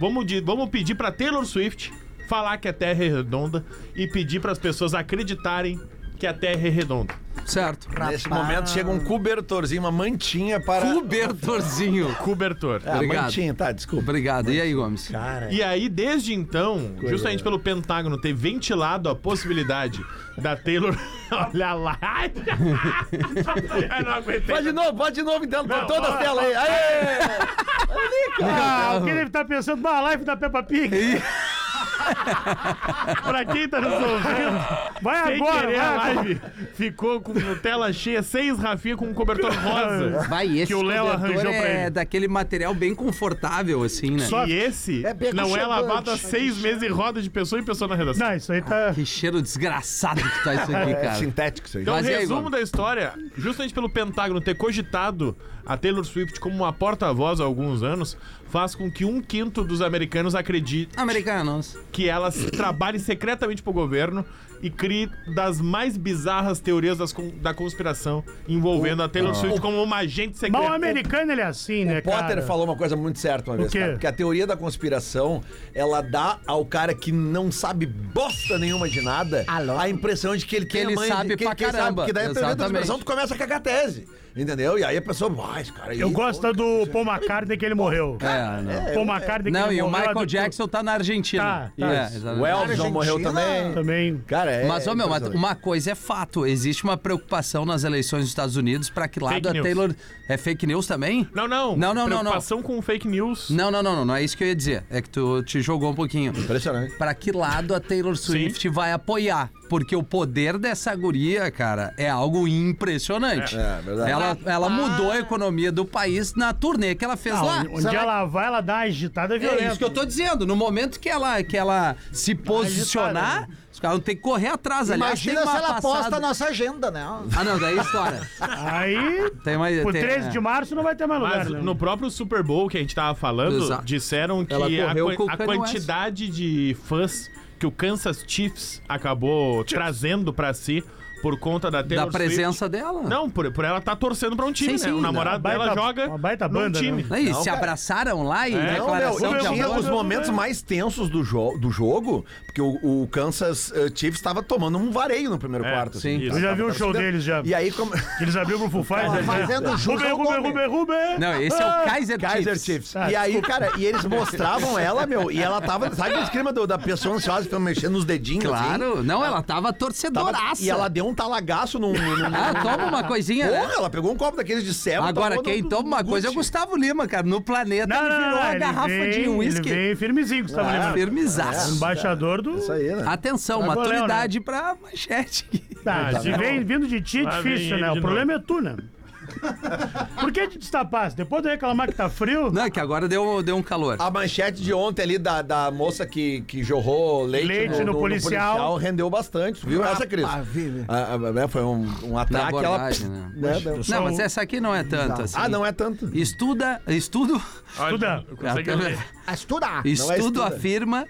Vamos, de- vamos pedir pra Taylor Swift falar que a Terra é redonda e pedir pras pessoas acreditarem que a Terra é redonda.
Certo.
Nesse momento chega um cobertorzinho, uma mantinha para.
Cobertorzinho.
Cobertor.
Ah,
Obrigado.
mantinha, tá, desculpa.
Obrigado. E aí, Gomes?
E aí, desde então, justamente pelo Pentágono ter ventilado a possibilidade da Taylor. Olha lá! Eu não aguentei.
Pode de novo, pode de novo então, tá
Não,
toda a
bora,
tela aí. Aê!
Ah, o que deve estar pensando? Uma live da Peppa Pig.
Pra quem tá nos ouvindo,
Vai
sem
agora,
querer
vai
a
agora.
live ficou com tela cheia, seis Rafinha com um cobertor rosa.
Vai, esse
Que o Léo
cobertor
arranjou
é
pra ele.
daquele material bem confortável, assim, né?
E esse
É beco
não é
chegante.
lavado há seis meses e roda de pessoa em pessoa na redação.
Não, isso aí tá...
Que cheiro desgraçado que tá isso aqui,
É
cara.
sintético isso aí.
Então,
Mas e aí,
resumo
Gomes?
da história, justamente pelo Pentágono ter cogitado a Taylor Swift como uma porta-voz há alguns anos, faz com que um quinto dos americanos acredite
Americanos.
que ela se- trabalhe secretamente pro governo e crie das mais bizarras teorias das con- da conspiração envolvendo a Taylor Swift como uma agente
Mas o
secreta.
americano, ele é assim, né,
O Potter
cara?
falou uma coisa muito certa uma vez,
quê?
cara, que a teoria da conspiração, ela dá ao cara que não sabe bosta nenhuma de nada,
Alô?
a impressão de que ele tem
ele
a mãe,
sabe
que
pra
que ele
caramba,
porque daí a teoria da
exatamente.
conspiração tu começa a cagar tese, entendeu? E aí a pessoa, ai, esse cara aí,
Eu gosto do Paul McCartney que ele morreu.
É, não.
Paul McCartney que
Não,
ele
e o
morreu.
Michael
do-
Jackson tá na Argentina.
Tá, tá.
É,
Isso.
exatamente.
O Elvis morreu também.
Também.
Cara, é
Mas, ô, meu, uma,
impressionante.
uma coisa é fato. Existe uma preocupação nas eleições dos Estados Unidos pra que lado
Fake
a
news.
Taylor... É fake news também?
Não, não.
Não, não, não, não.
Preocupação com fake news.
Não, não, não, não, não é isso que eu ia dizer. É que tu te jogou um pouquinho.
Impressionante.
Pra que lado a Taylor Swift vai apoiar? Porque o poder dessa guria, cara, é algo impressionante.
É, é verdade.
Ela, ela mudou a economia do país na turnê que ela fez
Ah,
lá.
onde onde ela vai, ela dá uma agitada
É isso que
violenta.
eu tô dizendo. No momento que ela, que ela se posicionar, os caras vão ter que correr atrás. Aliás,
Imagina
tem
se
uma
ela posta
passada-
a nossa agenda, né?
Ah, não, daí é história.
Aí,
Tem mais...
por
tem-
13 de
é.
março não vai ter mais lugar,
Mas
né?
no próprio Super Bowl que a gente tava falando,
Exato.
disseram que
Ela
a,
correu
quan-
com o
a
Kanye West.
quantidade de fãs que o Kansas Chiefs acabou trazendo pra si por conta da Taylor
Da
Swift.
presença dela.
Não, por, por ela tá torcendo pra um time,
Sim,
né?
sim,
o namorado
não.
dela
Baita-
joga
uma baita
num
banda, né?
time.
Aí,
Não,
se
cara.
abraçaram lá e
É,
Não, meu,
declaração
eu
de
tinha
amor.
os momentos mais tensos do, jo do jogo, porque o, o Kansas eh, Chiefs estava tomando um vareio no primeiro
É,
quarto. assim.
sim.
isso.
Eu já vi um show deles já.
E aí, como.
Eles abriram pro Foo
Tá
Fighters. né?
Fazendo jus
Ruben,
ao
Ruben,
nome.
Ruben, Ruben.
Não, esse é o Kaiser,
Kaiser
Chiefs.
Chiefs.
Ah,
e aí, cara, e eles mostravam ela, meu, e ela tava. Sabe o esquema do, da pessoa ansiosa que fica mexendo nos dedinhos? assim?
Claro, não, ela
Tava-
tava torcedoraça.
e ela deu um um talagaço num. num-
Ah, toma uma coisinha, né?
Porra, ela pegou um copo daqueles de céu.
Agora, quem toma uma coisa é o Gustavo Lima, cara. No planeta ele virou uma
ele
garrafa
vem-
de
Ele tá
uísque. Ah,
veio firmezinho, Gustavo Lima.
Firmizaço.
Embaixador do.
Isso aí, né?
Atenção,
um Agora, é
maturidade pra manchete.
Tá, se vem vindo de ti é
Lá vem
difícil,
ele
né?
de
O problema é tu, né? Por que te destapasse? Depois de reclamar que tá frio,
Não, que agora deu, deu um calor.
A manchete de ontem ali da, da moça que, que jorrou leite,
Leite no policial.
rendeu bastante, viu? Essa, Cris?
Ah, vê, vê.
Ah, ah, né, foi um, um
Na
ataque. Ela,
abordagem, né?
né, deu-
Não, mas essa aqui não é tanto assim.
Ah, não é tanto.
Estuda, estudo,
Estuda.
Consegue
Até-
ler.
Estudar.
estudo
estuda.
afirma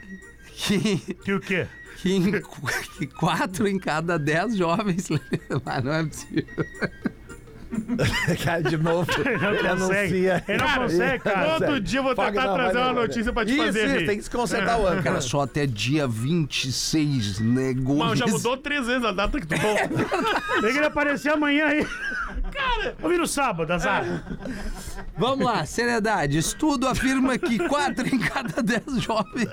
que,
que o quê?
que, em qu- que quatro em cada dez jovens... Ah, não é possível.
Cara, de novo.
Não consegue.
ele anuncia. tá
Ele não consegue, cara.
Sério.
Todo dia eu vou
Fala que
tentar
não,
trazer
vai,
uma
vai, vai.
notícia pra te
Isso,
fazer
isso,
rir.
tem que se consertar o ano, cara.
Cara, só até dia 26, né, Gomes?
Mas já mudou três vezes a data que tu bom.
Tem que ele aparecer amanhã aí. Cara! Eu vi no sábado, azar.
Vamos lá, seriedade. Estudo afirma que quatro em cada dez jovens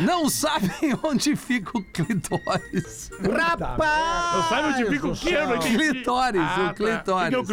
não sabem onde fica o clitóris.
Rapaz!
Eu saio onde fica o quê? Eu não entendi.
Clitóris,
Ah,
o
O que é o
clitóris.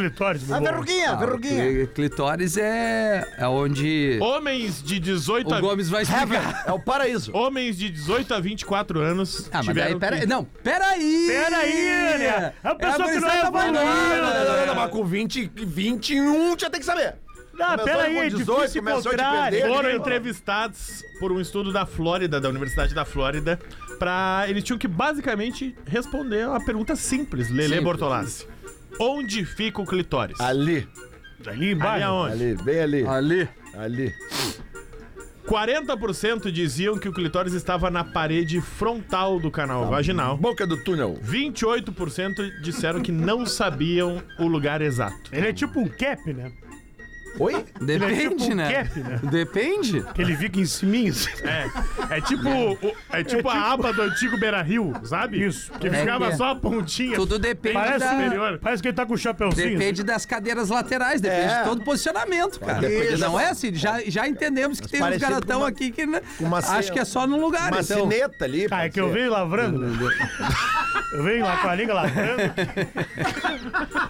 clitóris,
A
meu irmão?
verruguinha,
Tá,
a verruguinha.
Cli- Clitóris é, é onde
Homens de 18
o
a
Gomes vai explicar.
É o paraíso.
Homens de 18 a 24 anos.
Ah, mas daí,
tiveram
peraí.
que-
Não, peraí!
Peraí, né? É o pessoal que não é
Não,
gurizada
não,
evoluída,
maluca.
não, não, não, mas com 20, 21 já tem um que saber.
Ah,
Começou
peraí,
com
é
18,
difícil
começou a te
encontrar.
perder.
Bora,
Foram
né?
Ele-
entrevistados por um estudo da Flórida, da Universidade da Flórida, para eles tinham que basicamente responder a pergunta simples, Lele
Simples.
Bortolassi. Onde fica o clitóris?
Ali,
Ali
Ali
embaixo.
aonde?
ali, bem ali,
Ali.
ali.
40% diziam que o clitóris estava na parede frontal do
Tá
canal vaginal.
Boca do túnel.
28% disseram que não sabiam o lugar exato.
Ele é tipo um cap, né?
Oi?
Depende,
Ele é tipo um
né?
cap, né?
Depende.
Que ele fica em cima. em cima.
É, é tipo, o- é tipo a aba do antigo Beira Rio, sabe? Isso. Que ficava
que-
só a pontinha.
É, Tudo depende
Parece,
da-
um- parece que ele tá com o chapeuzinho.
Depende das cadeiras laterais, depende
É.
de todo posicionamento, cara.
depender
Não
da-
é assim, já, já entendemos que tem uns
parecido
garotão
com uma-
aqui que né,
uma
acho
ce-
que é só num lugar.
Uma
então.
cineta ali.
Ah, é
pode
que eu
ser.
venho lavrando, né? Eu venho lá com a liga lavrando.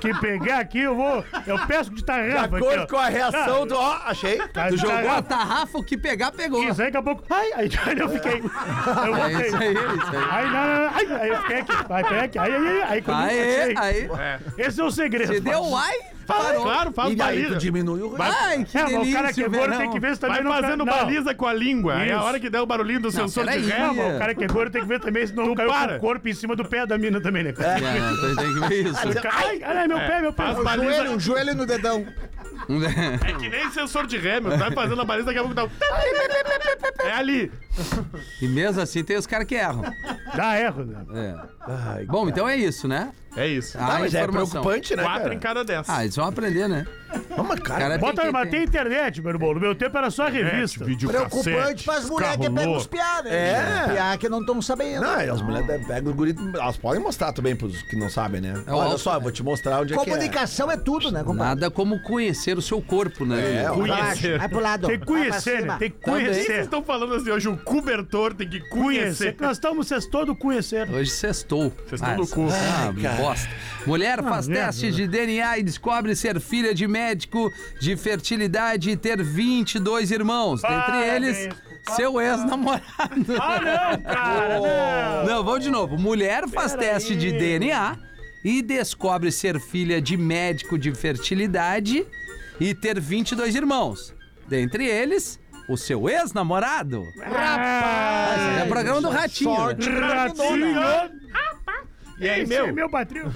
que pegar aqui, eu vou. Eu peço de
De
Ah,
tarrafa aqui. ó.
acordo com a reação do. Ó, achei.
Tá,
Tu
de
jogou
tarrafa.
a tarrafa, o que pegar, pegou.
Isso aí, daqui a pouco. Ai, aí eu fiquei. Eu
É isso aí,
voltei.
isso aí.
Aí, não, não, não, ai, aí eu fiquei aqui. Aí, peguei aqui. Aí, aí, aí, aí, quando
Aê,
eu achei.
aê.
Esse é o segredo.
Você deu um ai, parou.
Claro, faz
E aí tu
barriga.
diminui o resto.
Ai, que
É, mas o
delícia,
cara que é gordo tem
verão.
que ver se
Vai
também não
fazendo
não.
baliza com a língua. É
Isso.
a hora que der o barulhinho do sensor de
peraí.
ré.
É, mas o cara que é gordo tem que ver também se não caiu com
para.
o corpo em cima do pé da mina também, né? cara?
É, não, tem- tem que ver isso.
Ai, Ai, ai, meu pé, meu pé.
Faz
Joelho,
baliza.
um joelho no dedão.
É que nem sensor de ré, meu. Vai fazendo a baliza, daqui a pouco dá um... É ali.
E mesmo assim tem os caras que erram.
Dá erro, né?
É. Bom, então é isso, né?
É isso.
A
Ah, mas é
informação.
preocupante, né?
Quatro
Cara?
em cada dez.
Ah, eles vão aprender, né?
Calma, cara.
Cara, tem
Bota,
que-
mas tem internet, meu irmão. No meu tempo era só revista.
vídeo
Preocupante pras mulheres que pegam os piá, né?
É.
Os Piá que não estão sabendo.
Não, é, e as mulheres devem- pegam os guris. Elas podem mostrar também pros que não sabem, né?
É
Olha
óbvio,
só, eu vou te mostrar onde é que é.
Comunicação é tudo, né, compadre?
Nada como conhecer o seu corpo, né?
É, ó.
Pra baixo,
Conhecer.
Vai pro lado.
Tem que
vai pra
conhecer,
cima.
né? Tem que
Também.
Vocês
conhecer.
estão falando assim hoje, o cobertor tem que conhecer.
Conhecer. Nós estamos, vocês todos conhecer.
Hoje sextou.
Sextou no cu.
Ah, bosta. Mulher faz
Ah, merda, né?
teste de DNA e descobre ser filha de médico de fertilidade e ter 22 irmãos. Dentre
Parabéns,
eles, seu ex-namorado.
Ah, não, cara, não.
Não, vamos de novo. Mulher faz teste de DNA e descobre ser filha de médico de fertilidade e ter 22 irmãos. Dentre eles, o seu ex-namorado.
Rapaz!
É o programa do Ratinho. né?
Ah, Ratinho!
E aí,
Esse é
meu?
meu patrinho.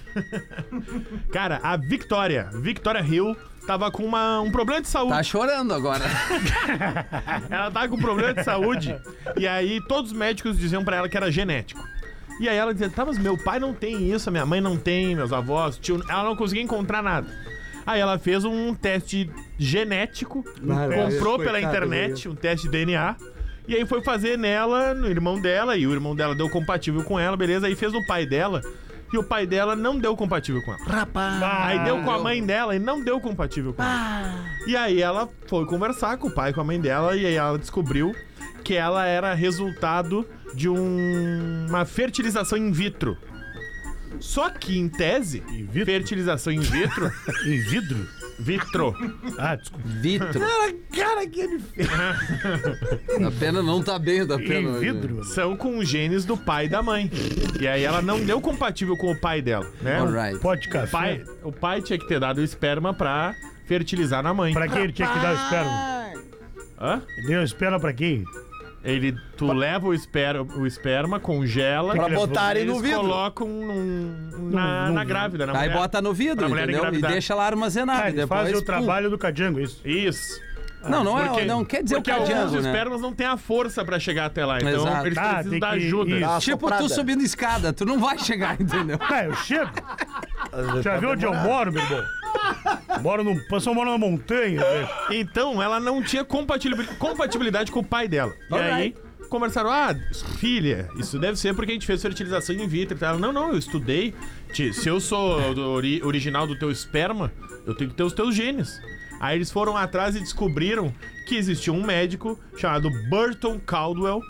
Cara, a Victoria, Victoria Hill, tava com uma- um problema de saúde.
Tá chorando agora.
Ela tava com problema de saúde. E aí todos os médicos diziam pra ela que era genético. E aí ela dizia, tá, mas meu pai não tem isso, minha mãe não tem, meus avós, tio. Ela não conseguia encontrar nada. Aí ela fez um teste genético, comprou pela internet um teste de DNA. E aí foi fazer nela, no irmão dela, e o irmão dela deu compatível com ela, beleza? Aí fez no pai dela, e o pai dela não deu compatível com ela. Aí
Ah,
deu com a mãe dela e não deu compatível com ela. E aí ela foi conversar com o pai e com a mãe dela e aí ela descobriu que ela era resultado de um- uma fertilização in vitro. Só que, em tese,
vitro?
fertilização in vitro.
Em vidro?
vitro.
Ah, desculpa.
Vitro.
Cara, que difícil.
A pena não tá bem da pena. né?
Em vidro?
São com genes do pai e da mãe. E aí ela não deu compatível com o pai dela, né?
Alright.
Pode
O
café.
pai, o pai tinha que ter dado o esperma pra fertilizar na mãe.
Pra quem ele tinha que dar o esperma?
Hã?
Deu esperma pra quem?
Ele, tu leva o esperma, o esperma congela,
Pra
Eles
botarem no
eles
vidro.
colocam num- na,
num-
na grávida, na
Aí
mulher.
bota no vidro,
Pra mulher
entendeu? E
engravidar.
deixa lá armazenado.
Ah,
e
ele
depois,
faz o
pum.
trabalho do Cajango, isso.
Isso.
Não, não, é,
Porque-
não quer dizer o
porque alguns
cadiango, né?
espermas não têm a força pra chegar até lá, então
Exato.
eles
Ah,
precisam
tem
da
que-
ajuda.
isso.
Tipo, tu
Assoprada.
subindo escada, tu não vai chegar, entendeu?
Ah, eu chego.
tá
Já viu onde eu moro, meu irmão? Moro num. Eu só moro numa montanha, velho.
Então, ela não tinha compatibil- compatibilidade com o pai dela. E aí, conversaram, ah, filha, isso deve ser porque a gente fez fertilização in vitro. e tal. Ela, não, não, eu estudei. Ti, Se eu sou do ori- original do teu esperma, eu tenho que ter os teus genes. Aí eles foram atrás e descobriram que existia um médico chamado Burton Caldwell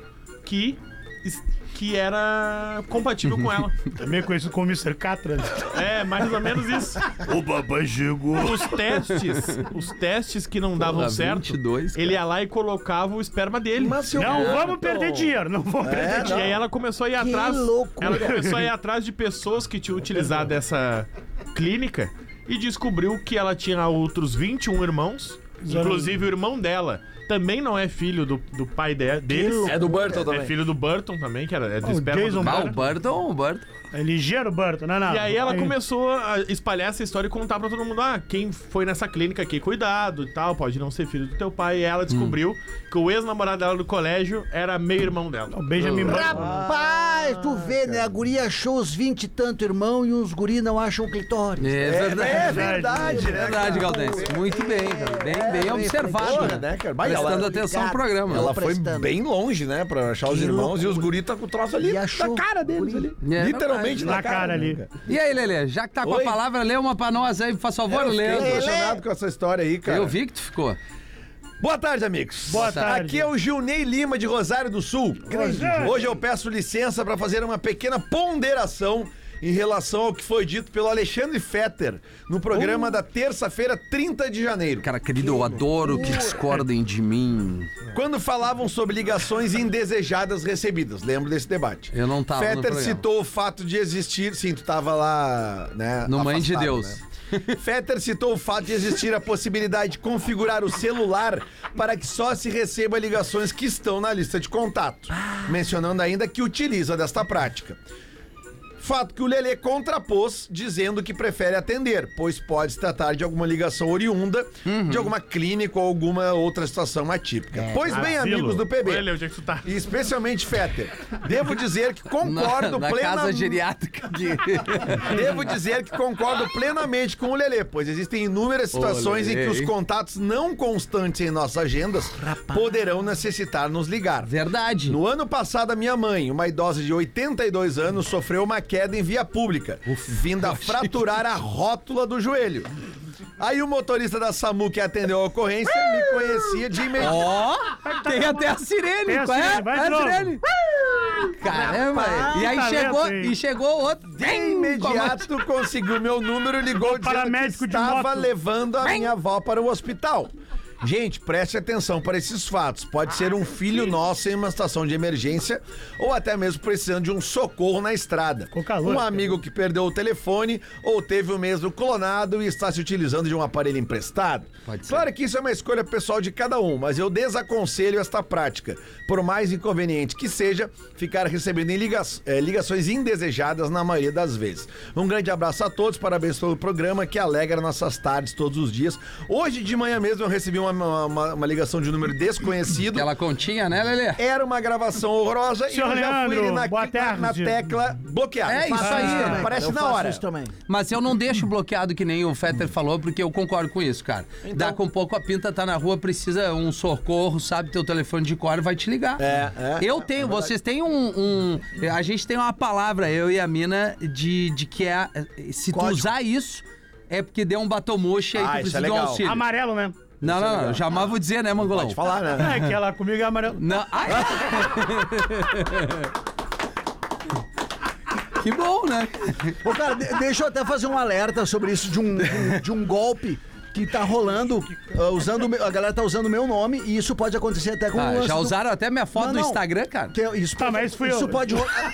que, es- que era compatível com ela.
Também É conhecido como Mr. Catra.
É, mais ou menos isso.
O papai chegou.
Os testes, os testes que não davam
Porra,
certo,
22, cara.
ele ia lá e colocava o esperma dele.
Mas seu
Não
Burton-
vamos perder dinheiro, é, não vamos perder
E aí ela começou a ir
Que
atrás.
loucura.
Ela começou a ir atrás de pessoas que tinham utilizado essa clínica e descobriu que ela tinha outros 21 irmãos. Inclusive o irmão dela também não é filho do, do pai de, deles.
É do Burton
É filho do Burton também, que era é do
O
esperma
Jason
do
Ah,
cara.
o Burton, o Burton.
É ligeiro, Burton. Não, não.
E aí ela começou a espalhar essa história e contar pra todo mundo: ah, quem foi nessa clínica aqui, cuidado e tal, pode não ser filho do teu pai. E ela descobriu que o ex-namorado dela do colégio era meio-irmão dela.
O Benjamin Button.
Rapaz, tu vê, né? A guria achou os 20 e tanto irmão e os guri não acham o clitóris.
É verdade.
É verdade, né?
Verdade, Galdense. Muito bem, cara.
É,
Bem, bem observado.
Porra,
né?
né, cara? Vai,
Prestando
ela,
atenção no
ligado.
programa.
ela foi
prestando.
bem longe, né? Pra achar os
Que
irmãos e os guris tá com o troço ali
E
na
achou.
cara deles ali.
É,
Literalmente na,
Na cara ali.
né, cara?
E aí, Lelê, já que tá com
Oi?
a palavra, lê uma pra nós aí, por favor,
Eu fiquei
lê.
impressionado com essa história aí, cara.
é Eu vi que tu ficou.
Boa tarde, amigos.
Boa tarde.
Aqui é o Gilney Lima de Rosário do Sul.
Rosário.
Hoje eu peço licença para fazer uma pequena ponderação em relação ao que foi dito pelo Alexandre Fetter no
Oh.
programa da terça-feira, 30 de janeiro.
Cara, querido, eu adoro
É.
que discordem de mim.
Quando falavam sobre ligações indesejadas recebidas, lembro desse debate.
Eu não tava no
Fetter
programa.
citou o fato de existir. Sim, tu tava lá, né?
No Mãe de Deus.
né? Fetter citou o fato de existir a possibilidade de configurar o celular para que só se receba ligações que estão na lista de contato, mencionando ainda que utiliza desta prática. Fato que o Lelê contrapôs, dizendo que prefere atender, pois pode se tratar de alguma ligação oriunda,
Uhum.
de alguma clínica ou alguma outra situação atípica. pois bem,
asilo.
amigos do PB,
É, Olha, onde é que tu tá?
e especialmente Fetter, devo dizer que
Na,
concordo
na casa
plenamente.
geriátrica aqui.
Devo dizer que concordo plenamente com o Lelê, pois existem inúmeras situações em que
Lelê,
os
hein?
contatos não constantes em nossas agendas poderão necessitar nos ligar.
Verdade.
No ano passado, a minha mãe, uma idosa de 82 anos, sofreu uma queda em via pública, vindo a fraturar a rótula do joelho. Aí o motorista da SAMU que atendeu a ocorrência me conhecia de imediato.
Ó, tem até a
tá
sirene.
Tem a
Qual é?
sirene, vai
Qual é
de novo.
a sirene. Caramba, e aí
talento,
chegou,
hein?
e chegou outro. é?
De imediato conseguiu meu número e ligou dizendo que
paramédico de
estava
moto.
levando a minha avó para o hospital. Gente, preste atenção para esses fatos. Pode ser um filho nosso em uma situação de emergência ou até mesmo precisando de um socorro na estrada.
Com calor,
um
cara.
amigo que perdeu o telefone ou teve o mesmo clonado e está se utilizando de um aparelho emprestado.
Pode ser.
Claro que isso é uma escolha pessoal de cada um, mas eu desaconselho esta prática. Por mais inconveniente que seja, ficar recebendo em liga- eh, ligações indesejadas na maioria das vezes. Um grande abraço a todos, parabéns pelo programa que alegra nossas tardes todos os dias. Hoje de manhã mesmo eu recebi uma, uma- uma- uma ligação de um número desconhecido.
Ela continha, né,
É,
Lelê?
Era uma gravação horrorosa
Senhor
e eu já fui
Leandro,
ali na,
boa tarde.
na tecla bloqueada.
É isso aí.
né?
também,
Aparece
eu
na
faço
hora.
Isso também.
Mas eu não deixo bloqueado que nem o Fetter falou, porque eu concordo com isso, cara.
Então-
Dá com pouco a pinta, tá na rua, precisa um socorro, sabe teu telefone de cor, vai te ligar.
É, é.
Eu tenho, vocês têm um, um- A gente tem uma palavra, eu e a mina, de, de que é. Se tu usar isso, é porque deu um batomuxa e
Ah,
tu
isso é
precisa de um
legal.
auxílio.
Amarelo, né?
Não, não, não, jamais vou dizer, né, Mangolão?
Pode falar, né?
É, que ela comigo é amarelo.
Não, ai, Que bom, né?
Ô, cara, de- deixa eu até fazer um alerta sobre isso de um, de um golpe que tá rolando, ah, usando o meu- a galera tá usando o meu nome e isso pode acontecer até com o
Ah,
lance
já
do-
usaram até minha foto
Não,
do
não.
Instagram, cara.
Tem- isso
Tá,
pode,
mas fui
isso
eu.
pode rolar.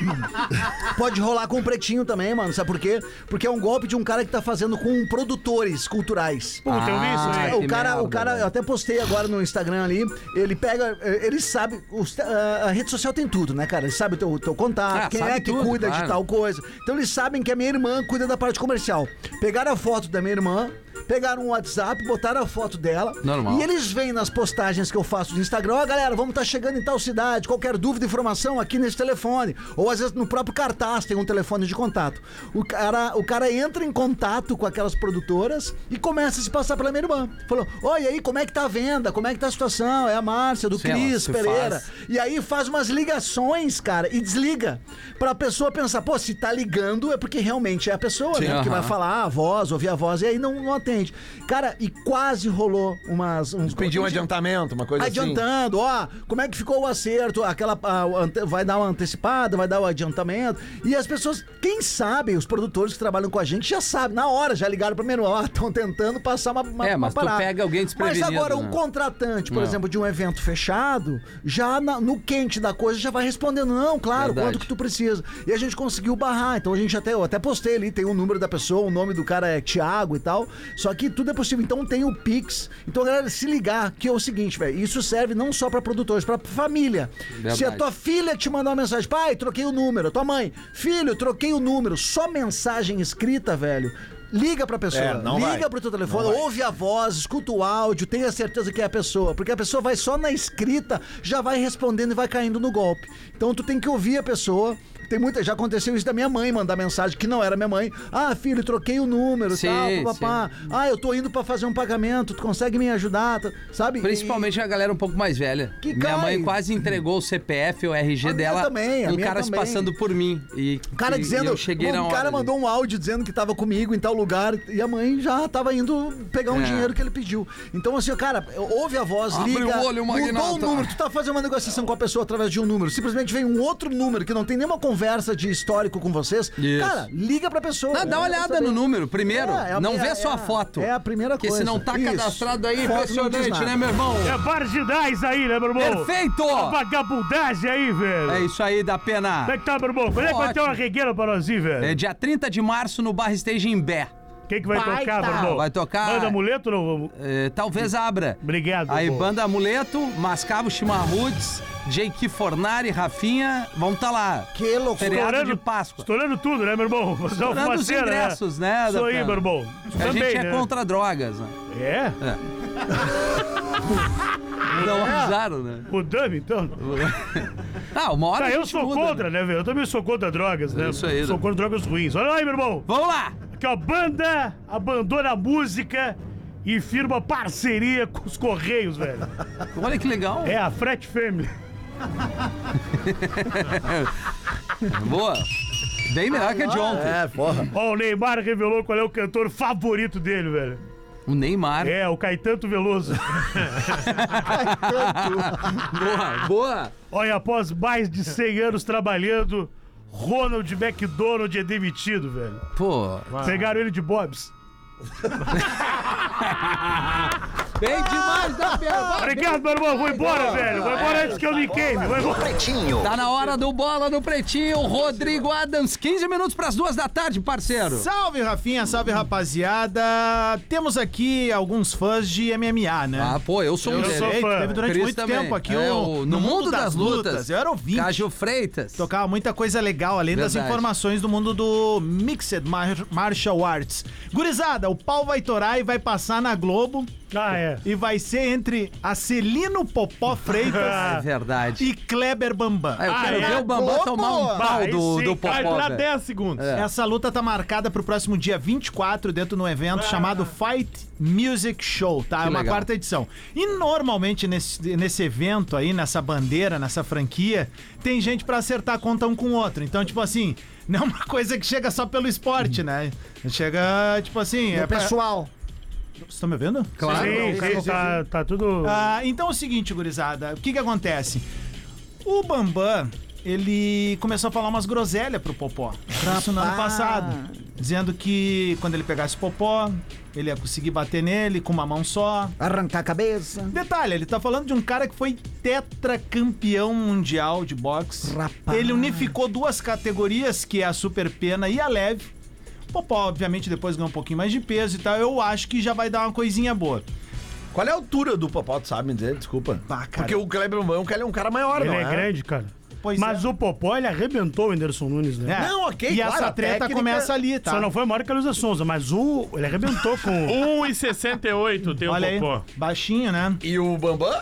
pode rolar com o pretinho também, mano. Sabe por quê? Porque é um golpe de um cara que tá fazendo com produtores culturais.
Puta, eu vi isso
Ah,
aí.
que
o cara,
merda,
o cara, eu até postei agora no Instagram ali. Ele pega, eh, ele sabe, os- a a rede social tem tudo, né, cara? Ele sabe o teu, teu contato,
Ah,
quem
sabe
é que
tudo,
cuida
claro.
de tal coisa. Então eles sabem que a minha irmã cuida da parte comercial. Pegaram a foto da minha irmã, pegaram o WhatsApp, botaram a foto dela.
Normal.
E eles vêm nas postagens que eu faço no Instagram, ó, galera, vamos estar chegando em tal cidade, qualquer dúvida, informação aqui nesse telefone. Ou às vezes no próprio cartaz tem um telefone de contato. O cara, o cara entra em contato com aquelas produtoras e começa a se passar pela minha irmã. Falou: Oi, e aí, como é que tá a venda? Como é que tá a situação? É a Márcia, do
Sim, ela
Cris
se
Pereira.
faz.
E aí faz umas ligações, cara, e desliga. Pra pessoa pensar, pô, se tá ligando é porque realmente é a pessoa, né? Porque
aham.
vai falar a voz, ouvir a voz, e aí não, não atende. Cara, e quase rolou umas, uns
Pedir um adiantamento, uma coisa assim.
Adiantando, ó, como é que ficou o acerto? Aquela a- o ante- vai dar uma antecipada, vai dar o adiantamento. E as pessoas, quem sabe, os produtores que trabalham com a gente já sabem, na hora já ligaram primeiro, ó, estão tentando passar uma, uma
É,
uma
mas tu pega alguém desprevenido,
Mas agora um
né?
contratante, por
Não.
exemplo, de um evento fechado, já na- no quente da coisa já vai respondendo, não, claro,
Verdade.
quanto que tu precisa. E a gente conseguiu barrar, então a gente até eu até postei ali, tem o número da pessoa, o nome do cara é Thiago e tal. Só que tudo é possível, então tem o Pix. Então, galera, se ligar que é o seguinte, velho, isso serve não só pra produtores, pra família.
Verdade.
Se a tua filha te mandar uma mensagem, pai, troquei o número, tua mãe, filho, troquei o número, só mensagem escrita, velho. Liga pra pessoa,
É, não
liga
vai.
pro teu telefone, ouve a voz, escuta o áudio, tenha certeza que é a pessoa, porque a pessoa vai só na escrita, já vai respondendo e vai caindo no golpe. Então tu tem que ouvir a pessoa. Tem muita, já aconteceu isso da minha mãe mandar mensagem que não era minha mãe. Ah, filho, troquei o número,
Sim,
tal, papapá. Ah, eu tô indo pra fazer um pagamento, tu consegue me ajudar, tá- sabe?
Principalmente a galera um pouco mais velha.
Que
minha
cai.
mãe quase entregou o CPF ou RG
A minha
dela.
também, a
um
minha
cara se
também.
passando por mim. E,
O cara
e- e
dizendo,
eu cheguei na
o
hora
cara
ali.
mandou um áudio dizendo que tava comigo em tal lugar e a mãe já tava indo pegar um
É.
dinheiro que ele pediu. Então assim, cara, ouve a voz,
Abre
liga,
o olho,
mudou o
Magnata.
número, tu tá fazendo uma negociação com a pessoa através de um número, simplesmente vem um outro número que não tem nenhuma conversa de histórico com vocês.
Isso.
Cara, liga pra pessoa.
Não, dá uma
É,
olhada
sabe?
no número primeiro.
É, é a-
não
é-
vê
é
só a
a-
foto.
é a primeira
Porque se não tá
coisa. Isso.
cadastrado aí,
Foto não diz
impressionante,
nada.
né, meu irmão?
É Bardinais aí, né, meu irmão?
Perfeito!
Uma Vagabundagem aí, velho.
É isso aí, da pena.
Como é que tá, meu irmão? Quando é que vai ter uma
Ótimo.
regueira pra nós ir, velho?
É dia 30 de março no Bar Stage em Bé.
Quem que vai tocar, meu irmão?
Vai tocar-
Manda amuleto ou não?
É, talvez abra.
Obrigado,
Aí,
pô.
banda Amuleto, Mascavo Chimarrudes, Jake Fornari, Rafinha, vão tá lá.
Que loucura.
Feriado de Páscoa.
Estourando tudo, né, meu irmão? Fazer uma
Estourando os
fumaceira,
ingressos,
Isso
né,
aí,
Datena?
meu irmão.
A
Também,
gente é
né?
contra drogas, né?
É?
Não avisaram, né?
O Dami, então.
Ah, uma hora
Tá,
a
eu
gente
sou
muda,
contra,
né?
né, velho? Eu também sou contra drogas, né?
Isso aí,
Sou
né?
contra drogas ruins. Olha aí, meu irmão.
Vamos lá!
Aqui, ó, banda abandona a música e firma parceria com os Correios, velho.
Olha que legal.
É a Fret Family.
Boa. Bem melhor que a de ontem.
É, porra.
Ó, o Neymar revelou qual é o cantor favorito dele, velho.
O Neymar.
É, o Caetano Veloso.
Boa, boa.
Olha, após mais de 100 anos trabalhando, Ronald McDonald é demitido, velho.
Pô,
Pegaram ele de Bob's.
bem demais né, da perna.
Obrigado, meu irmão. Vou embora, velho. Vou embora antes que eu me queime. Vou embora.
Tá na hora do bola no pretinho. Rodrigo Adams, 15 minutos pras duas da tarde, parceiro.
Salve, Rafinha, salve, rapaziada. Temos aqui alguns fãs de MMA, né?
Ah, pô, eu sou um
eu
deles.
sou
sei que
fã.
teve durante
Cris
muito
também.
tempo aqui um
É,
o,
o- no, mundo, das, lutas.
Eu era ouvinte.
Caju Freitas.
Tocava muita coisa legal, além das
Verdade.
informações do mundo do Mixed Mar- Martial Arts. Gurizada, o pau vai torar e vai passar na Globo
Ah, é.
e vai ser entre Acelino Popó
É
Freitas
verdade.
e Kleber Bambam.
Ah, eu quero
é
ver o Bambam
Globo?
tomar um
Bah,
pau
aí
do,
sim,
do Popó.
Vai durar
velho.
10 segundos.
É.
Essa luta tá marcada pro próximo dia 24, dentro de um evento chamado Fight Music Show, tá?
Que
É uma
legal.
quarta edição. E normalmente nesse, nesse evento aí, nessa bandeira, nessa franquia, tem gente pra acertar conta um com o outro. Então, tipo assim, não é uma coisa que chega só pelo esporte, né? Chega, tipo assim. É
O
pra...
pessoal.
Vocês estão me vendo?
Claro.
Sim, sim, tá, tá tudo.
Ah, então é o seguinte, gurizada, o que que acontece? O Bambam, ele começou a falar umas groselhas pro Popó. Isso no ano passado. Dizendo que quando ele pegasse o Popó, ele ia conseguir bater nele com uma mão só.
Arrancar a cabeça.
Detalhe, ele tá falando de um cara que foi tetracampeão mundial de boxe.
Rapaz.
Ele unificou duas categorias, que é a super pena e a leve. O Popó, obviamente, depois ganhou um pouquinho mais de peso e tal. Eu acho que já vai dar uma coisinha boa.
Qual é a altura do Popó, tu sabe me dizer? Desculpa.
Bah, cara.
Porque o Kleber Mão, é um cara maior,
Ele
não
é grande, cara.
Pois
Mas
é.
o Popó, ele arrebentou o Anderson Nunes,
É.
né?
Não, ok,
E
claro, a
essa treta
técnica-
começa ali, tá?
Só não foi maior que a Luísa Sonza, mas o. Ele arrebentou com.
1,68 tem um
Olha
o
aí,
Popó.
baixinho, né?
E o Bambam?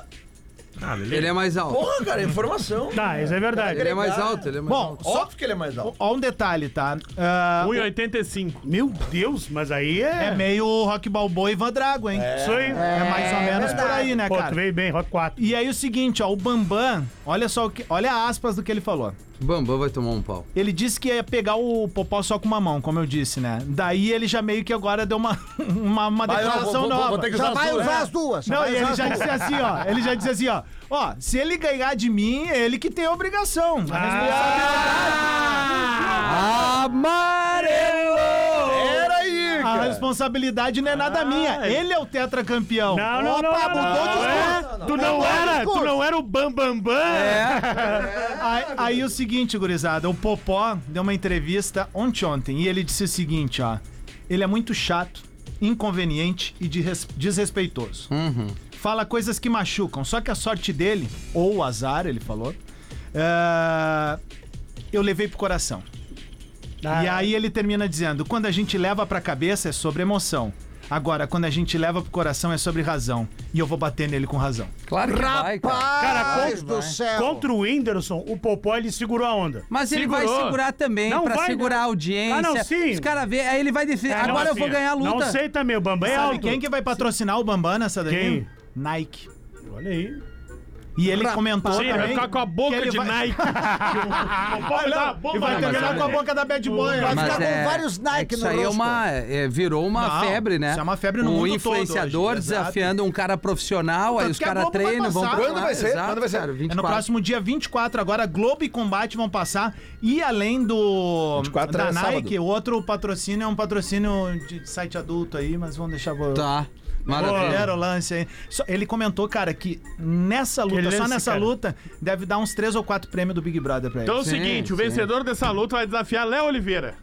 Ele é mais alto.
Porra, cara, informação.
Tá, isso é verdade.
Ele é mais alto, ele é mais
Bom,
alto.
só
Óbvio que ele é mais alto.
ó um detalhe, tá? Ah,
1,85.
Meu Deus, mas aí
é
é.
meio Rock Balboa e Van Drago, hein? É,
Isso aí.
mais ou menos por aí, né,
Pô,
cara?
tu veio bem, Rock 4.
E aí o seguinte, ó, o Bambam, olha só o que, olha a aspas do que ele falou.
Bambam vai tomar um pau.
Ele disse que ia pegar o Popó só com uma mão, como eu disse, né? Daí ele já meio que agora deu uma uma, uma
Vai, não,
declaração
vou- vou-
nova.
vou ter que
Já
usar as
vai
duas.
usar as duas.
Não, e
vai usar
ele
as
já
duas.
disse assim, ó. Ele já disse assim, ó. Ó, se ele ganhar de mim, é ele que tem a obrigação. A
Ah,
Amarelo!
Peraí,
Ah, A
cara.
responsabilidade não é nada minha. Ele é o tetracampeão.
Não, não, não, não,
mudou
não,
de
não,
discurso.
Tu não era, tu não era o Bam Bam Bam.
Aí, aí o seguinte, gurizada, o Popó deu uma entrevista ontem ontem e ele disse o seguinte, ó. Ele é muito chato, inconveniente e des- desrespeitoso. Fala coisas que machucam, só que a sorte dele, ou o azar, ele falou, é, eu levei pro coração. E aí ele termina dizendo: quando a gente leva pra cabeça é sobre emoção. Agora, quando a gente leva pro coração é sobre razão. E eu vou bater nele com razão.
Claro que vai, cara.
Cara,
Deus do céu.
Contra o Whindersson, o Popó ele segurou a onda.
Mas ele vai
Segurou.
segurar também,
Não
pra
vai,
segurar a
né?
audiência.
Ah, não, sim.
Os caras vê, aí ele vai defender.
É,
Não,
É, Agora eu vou
assim,
ganhar a luta.
Não sei também, o Bambam é
Sabe
alto.
quem que vai patrocinar o Bambam nessa daí?
Quem?
Nike.
Olha aí.
E ele comentou
Sim, vai
também
ficar com a
que
boca
ele
de
vai-
Nike. O Popó dá uma
E
bomba
vai
na
terminar
cabeça
com a
dele.
boca da Bad Boy.
Vai
Mas
ficar com
é-
vários
é que
Nike
isso
no
aí é
rosto.
uma, é, virou uma
Não,
febre, né?
isso é uma febre no
um
mundo todo
influenciador
hoje, exato.
desafiando um cara profissional, aí
Tanto
os
que a
caras
Globo vai
treinam, vão
passar.
pra lá,
Quando vai ser?
Ah, exato,
Quando vai ser?
Cara,
É
24.
no próximo dia 24, agora Globo e Combate vão passar. E além do
24
da
é
Nike,
sábado.
outro patrocínio é um patrocínio de site adulto aí, mas vamos deixar vou-
Tá. Maravilha.
Era o lance aí. Só- ele comentou, cara, que nessa luta, só
lance,
nessa
cara.
luta, deve dar uns 3 ou 4 prêmios do Big Brother pra ele.
Então é o
Sim,
seguinte, o
sim.
vencedor dessa luta vai desafiar Léo Oliveira.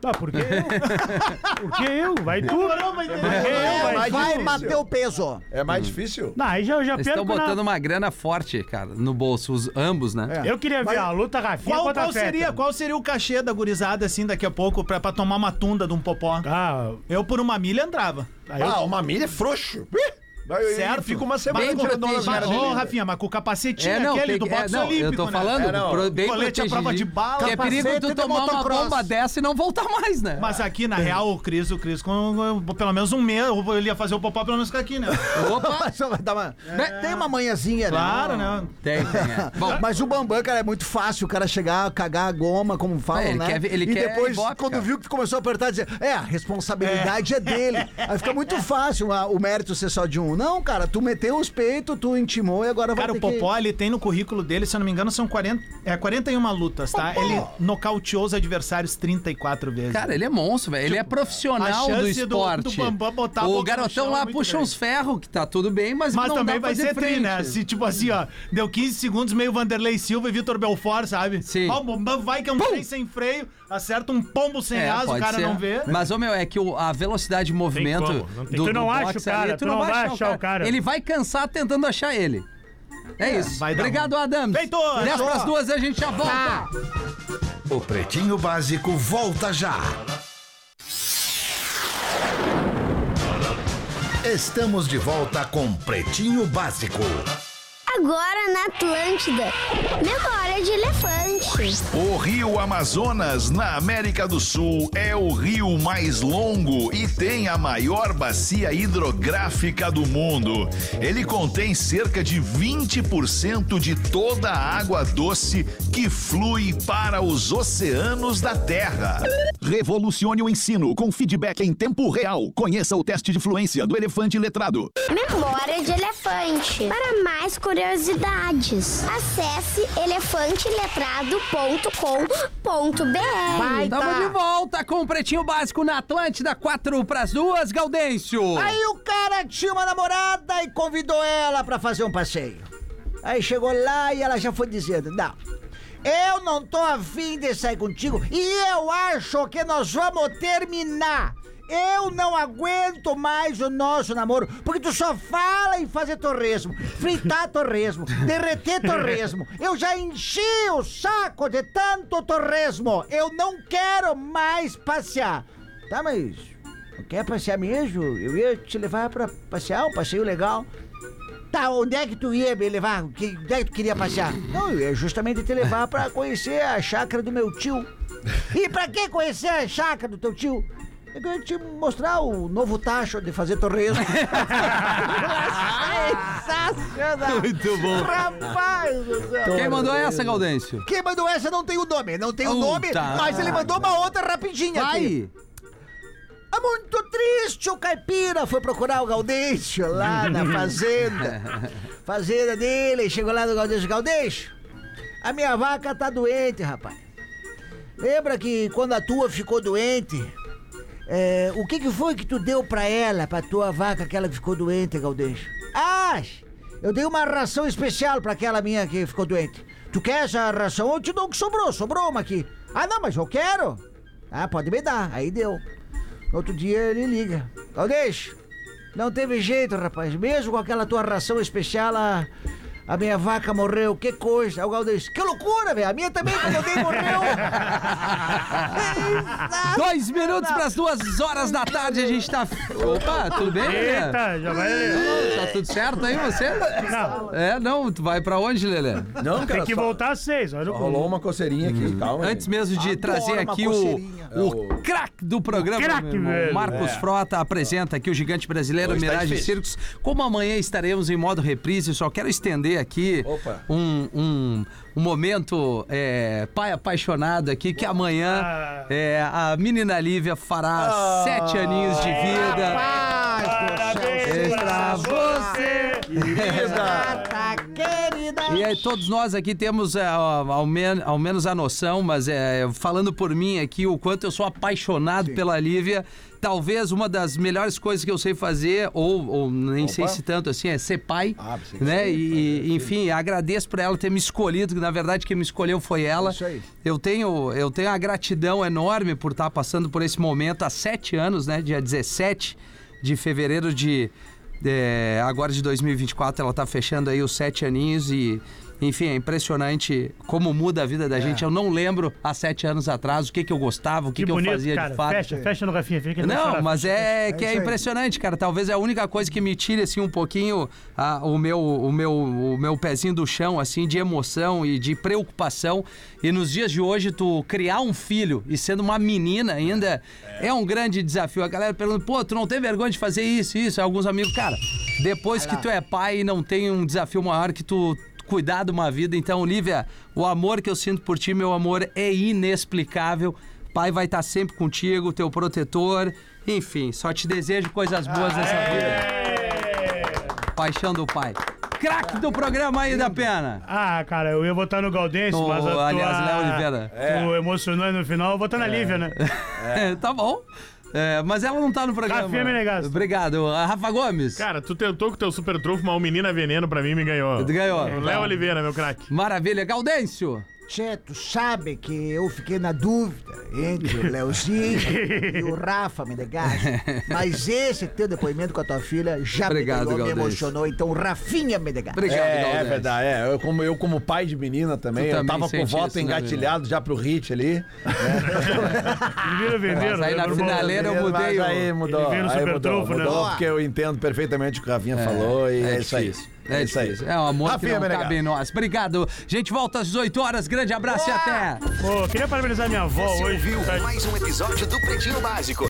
Tá, por que eu? por que eu? Vai tu.
É,
mais
vai
difícil.
bater o peso.
É mais difícil?
Não, aí já, eu já
Eles estão
perco na-
botando uma grana forte, cara, no bolso, os, ambos,
É.
né?
Eu queria ver a luta Rafinha
Qual,
contra
qual
a Feta.
seria, qual seria o cachê da gurizada, assim, daqui a pouco, pra, pra tomar uma tunda de um popó?
Ah,
Eu, por uma milha, entrava. Tá
aí eu-
Ah, uma milha é frouxo. Ih, Vai,
Certo.
Fica uma semana
Bem
com redonda na
protegido.
cara
Mas,
dele.
ô, Rafinha, mas com o capacetinho
É, não,
aquele
tem
do
que- é,
boxe
não,
olímpico,
eu tô
né?
falando,
É, não.
pro- bem
Colete à
protegido.
prova de bala,
Que é perigo
capacete
tu
de
tomar uma
motocross.
bomba dessa e não voltar mais, né?
Mas aqui, na real, o Cris, o Cris, com com pelo menos um mês, ele ia fazer o popó pelo menos com aqui, né?
Opa!
Só vai dar uma- Tem uma manhãzinha, né?
É. Claro, né?
Tem, tem, é. Bom,
Mas o Bambam, cara, é muito fácil o cara chegar, cagar a goma, como falam,
É, ele
né?
quer- ele
e
quer
depois,
ibope,
quando
cara.
viu que começou a apertar, dizer, é, a responsabilidade é, dele. Aí fica muito fácil ah, o mérito ser só de um. Não, cara, tu meteu os peitos, tu intimou e agora vai
Cara, o
ter que...
Popó, ele tem no currículo dele, se eu não me engano, são 40, é, 41 lutas, tá? Ele nocauteou os adversários 34 vezes.
Cara, ele é monstro, velho. Ele é profissional
tipo, a
do
chance do-
esporte.
do Bambam botar a
o
boca no
garotão
chão é
lá
muito
puxa
grande.
uns ferros, que tá tudo bem, mas,
Mas
não
também
dá pra
vai
fazer
ser tri,
frente.
né? Se tipo assim, ó, deu 15 segundos, meio Vanderlei Silva e Vitor Belfort, sabe?
Sim.
Ó, o Bambam vai que é um trem sem freio, acerta um pombo sem
É,
asa, o
pode
cara
ser.
não vê.
Mas, ô meu, é que o- a velocidade de movimento
como, não tem
do
Tu não
do
acha o
boxe
cara,
ali,
tu não vai achar o cara.
Ele vai cansar tentando achar ele. É, isso.
vai dar
Obrigado, Adams.
Feito,
10
achou.
pras duas, a gente
Tá,
já volta.
O Pretinho Básico volta já. Estamos de volta com Pretinho Básico.
Agora na Atlântida. Memória de elefante.
O Rio Amazonas, na América do Sul, é o rio mais longo e tem a maior bacia hidrográfica do mundo. Ele contém cerca de 20% de toda a água doce que flui para os oceanos da Terra. Revolucione o ensino com feedback em tempo real. Conheça o teste de fluência do elefante letrado.
Memória de elefante. Para mais curiosidades, acesse elefanteletrado.com.br.
tá.
Estamos de volta com o Pretinho Básico na Atlântida, 4 pras duas, Gaudêncio.
Aí o cara tinha uma namorada e convidou ela pra fazer um passeio. Aí chegou lá e ela já foi dizendo: Não, eu não tô afim de sair contigo e eu acho que nós vamos terminar. Eu não aguento mais o nosso namoro, porque tu só fala em fazer torresmo, fritar torresmo, derreter torresmo. Eu já enchi o saco de tanto torresmo. Eu não quero mais passear. Tá, mas não quer passear mesmo? Eu ia te levar pra passear, um passeio legal. Tá, onde é que tu ia me levar? Que- Onde é que tu queria passear? Não, eu ia justamente te levar pra conhecer a chácara do meu tio. E pra que conhecer a chácara do teu tio? É Eu queria te mostrar o novo tacho de fazer torresmo. Sensacional!
Muito bom.
Rapaz do céu!
Quem mandou essa, Gaudêncio?
Quem mandou essa não tem o nome, não tem o
Puta
nome, mas ele mandou uma outra rapidinha aqui.
Vai!
É muito triste, o caipira foi procurar o Gaudêncio lá na fazenda. Fazenda dele, chegou lá no Gaudêncio. Gaudêncio, a minha vaca tá doente, rapaz. Lembra que quando a tua ficou doente, é, o que que foi que tu deu pra ela, pra tua vaca, aquela que ficou doente, Gaudêncio? Ah, eu dei uma ração especial pra aquela minha que ficou doente. Tu quer essa ração? Eu te dou o que sobrou, sobrou uma aqui. Ah, não, mas eu quero. Ah, pode me dar. Aí deu. No outro dia ele liga. Galdês, não teve jeito, rapaz. Mesmo com aquela tua ração especial, a, a minha vaca morreu. Que coisa. Aí o Galdês, que loucura, velho. A minha também, quando eu dei, morreu.
Dois minutos pras duas horas da tarde, a gente tá. Opa, tudo bem, Lelê?
Eita, já vai.
Tá tudo certo aí você?
Não.
É, não, tu vai pra onde, Lelê?
Não, cara,
Tem que
só-
voltar às seis. Olha o
Rolou um uma coceirinha aqui, calma. aí.
Antes mesmo de trazer
uma
aqui o,
coceirinha.
É
o craque do programa,
craque,
meu irmão.
velho.
Marcos Frota apresenta aqui o gigante brasileiro
Hoje tá
Mirage
difícil.
Circos. Como amanhã estaremos em modo reprise, só quero estender aqui
Opa.
um, um, um momento é, pai apaixonado aqui, que amanhã
Ah.
é, a menina Lívia fará
Ah.
sete aninhos de vida.
Parabéns pra você.
Tá querida.
E aí, todos nós aqui temos é, ao, ao men- ao menos a noção, mas é, falando por mim aqui, o quanto eu sou apaixonado pela Lívia. Talvez uma das melhores coisas que eu sei fazer, ou, ou nem sei se tanto assim, é ser pai.
Ah, pensei que
né?
sim,
E, e, enfim, agradeço por ela ter me escolhido, que na verdade quem me escolheu foi ela.
Isso aí.
Eu tenho, eu tenho uma gratidão enorme por estar passando por esse momento há sete anos, né? Dia 17 de fevereiro de. é, agora de 2024, ela tá fechando aí os sete aninhos e. Enfim, é impressionante como muda a vida
É.
da gente. Eu não lembro há sete anos atrás o que, que eu gostava, o que,
Que
que eu
bonito,
fazia
cara.
de fato.
Fecha, fecha no Rafinha. Fica
Não, mas é que é
isso aí.
impressionante, cara. Talvez é a única coisa que me tire assim um pouquinho ah, o meu o meu o meu pezinho do chão assim de emoção e de preocupação. E nos dias de hoje tu criar um filho e sendo uma menina ainda é, um grande desafio. A galera pergunta: "Pô, tu não tem vergonha de fazer isso, isso?" Alguns amigos, cara, depois que tu é pai não tem um desafio maior que tu cuidar de uma vida. Então, Lívia, o amor que eu sinto por ti, meu amor, é inexplicável. Pai vai estar sempre contigo, teu protetor. Enfim, só te desejo coisas boas nessa vida. Paixão do pai. Craque do programa aí da pena.
Ah, cara, eu ia votar no Gaudense,
No-
mas. a tua-
aliás, Léo Oliveira.
É.
Tu emocionou e no final, eu vou votar na Lívia, né?
tá bom. É, mas ela não tá no programa.
Rafinha Menegasso.
Obrigado. A Rafa Gomes.
Cara, tu tentou com teu super trunfo, mas o menina veneno pra mim me ganhou.
Tu ganhou.
O Léo Oliveira, meu craque.
Maravilha. Gaudêncio.
Tchê, tu sabe que eu fiquei na dúvida entre o Leozinho e o Rafa Menegas. Mas esse teu depoimento com a tua filha já
Obrigado,
me, ganhou, me
Galdês.
emocionou. Então, Rafinha Menegas.
Obrigado,
É, é
Gaudêncio.
verdade, é. Eu como, eu, como pai de menina também,
Tu
eu
também
tava com o
sente
voto
isso, né,
engatilhado já pro hit ali.
Vira vendeiro.
Mas aí na finaleira eu mudei.
Mas
o-
aí mudou.
Ele vira o
aí
super
mudou,
trunfo, né?
mudou porque eu entendo perfeitamente o que o Ravinha falou e é, isso aí. Tá né,
difícil. É,
isso aí.
difícil. É um amor que
Rafinha
não
Menegaso.
cabe em nós. Obrigado. Gente, volta às 18 horas. Grande abraço e até.
Pô, queria parabenizar minha avó
Você
hoje.
ouviu
tá de
mais um episódio do Pretinho Básico.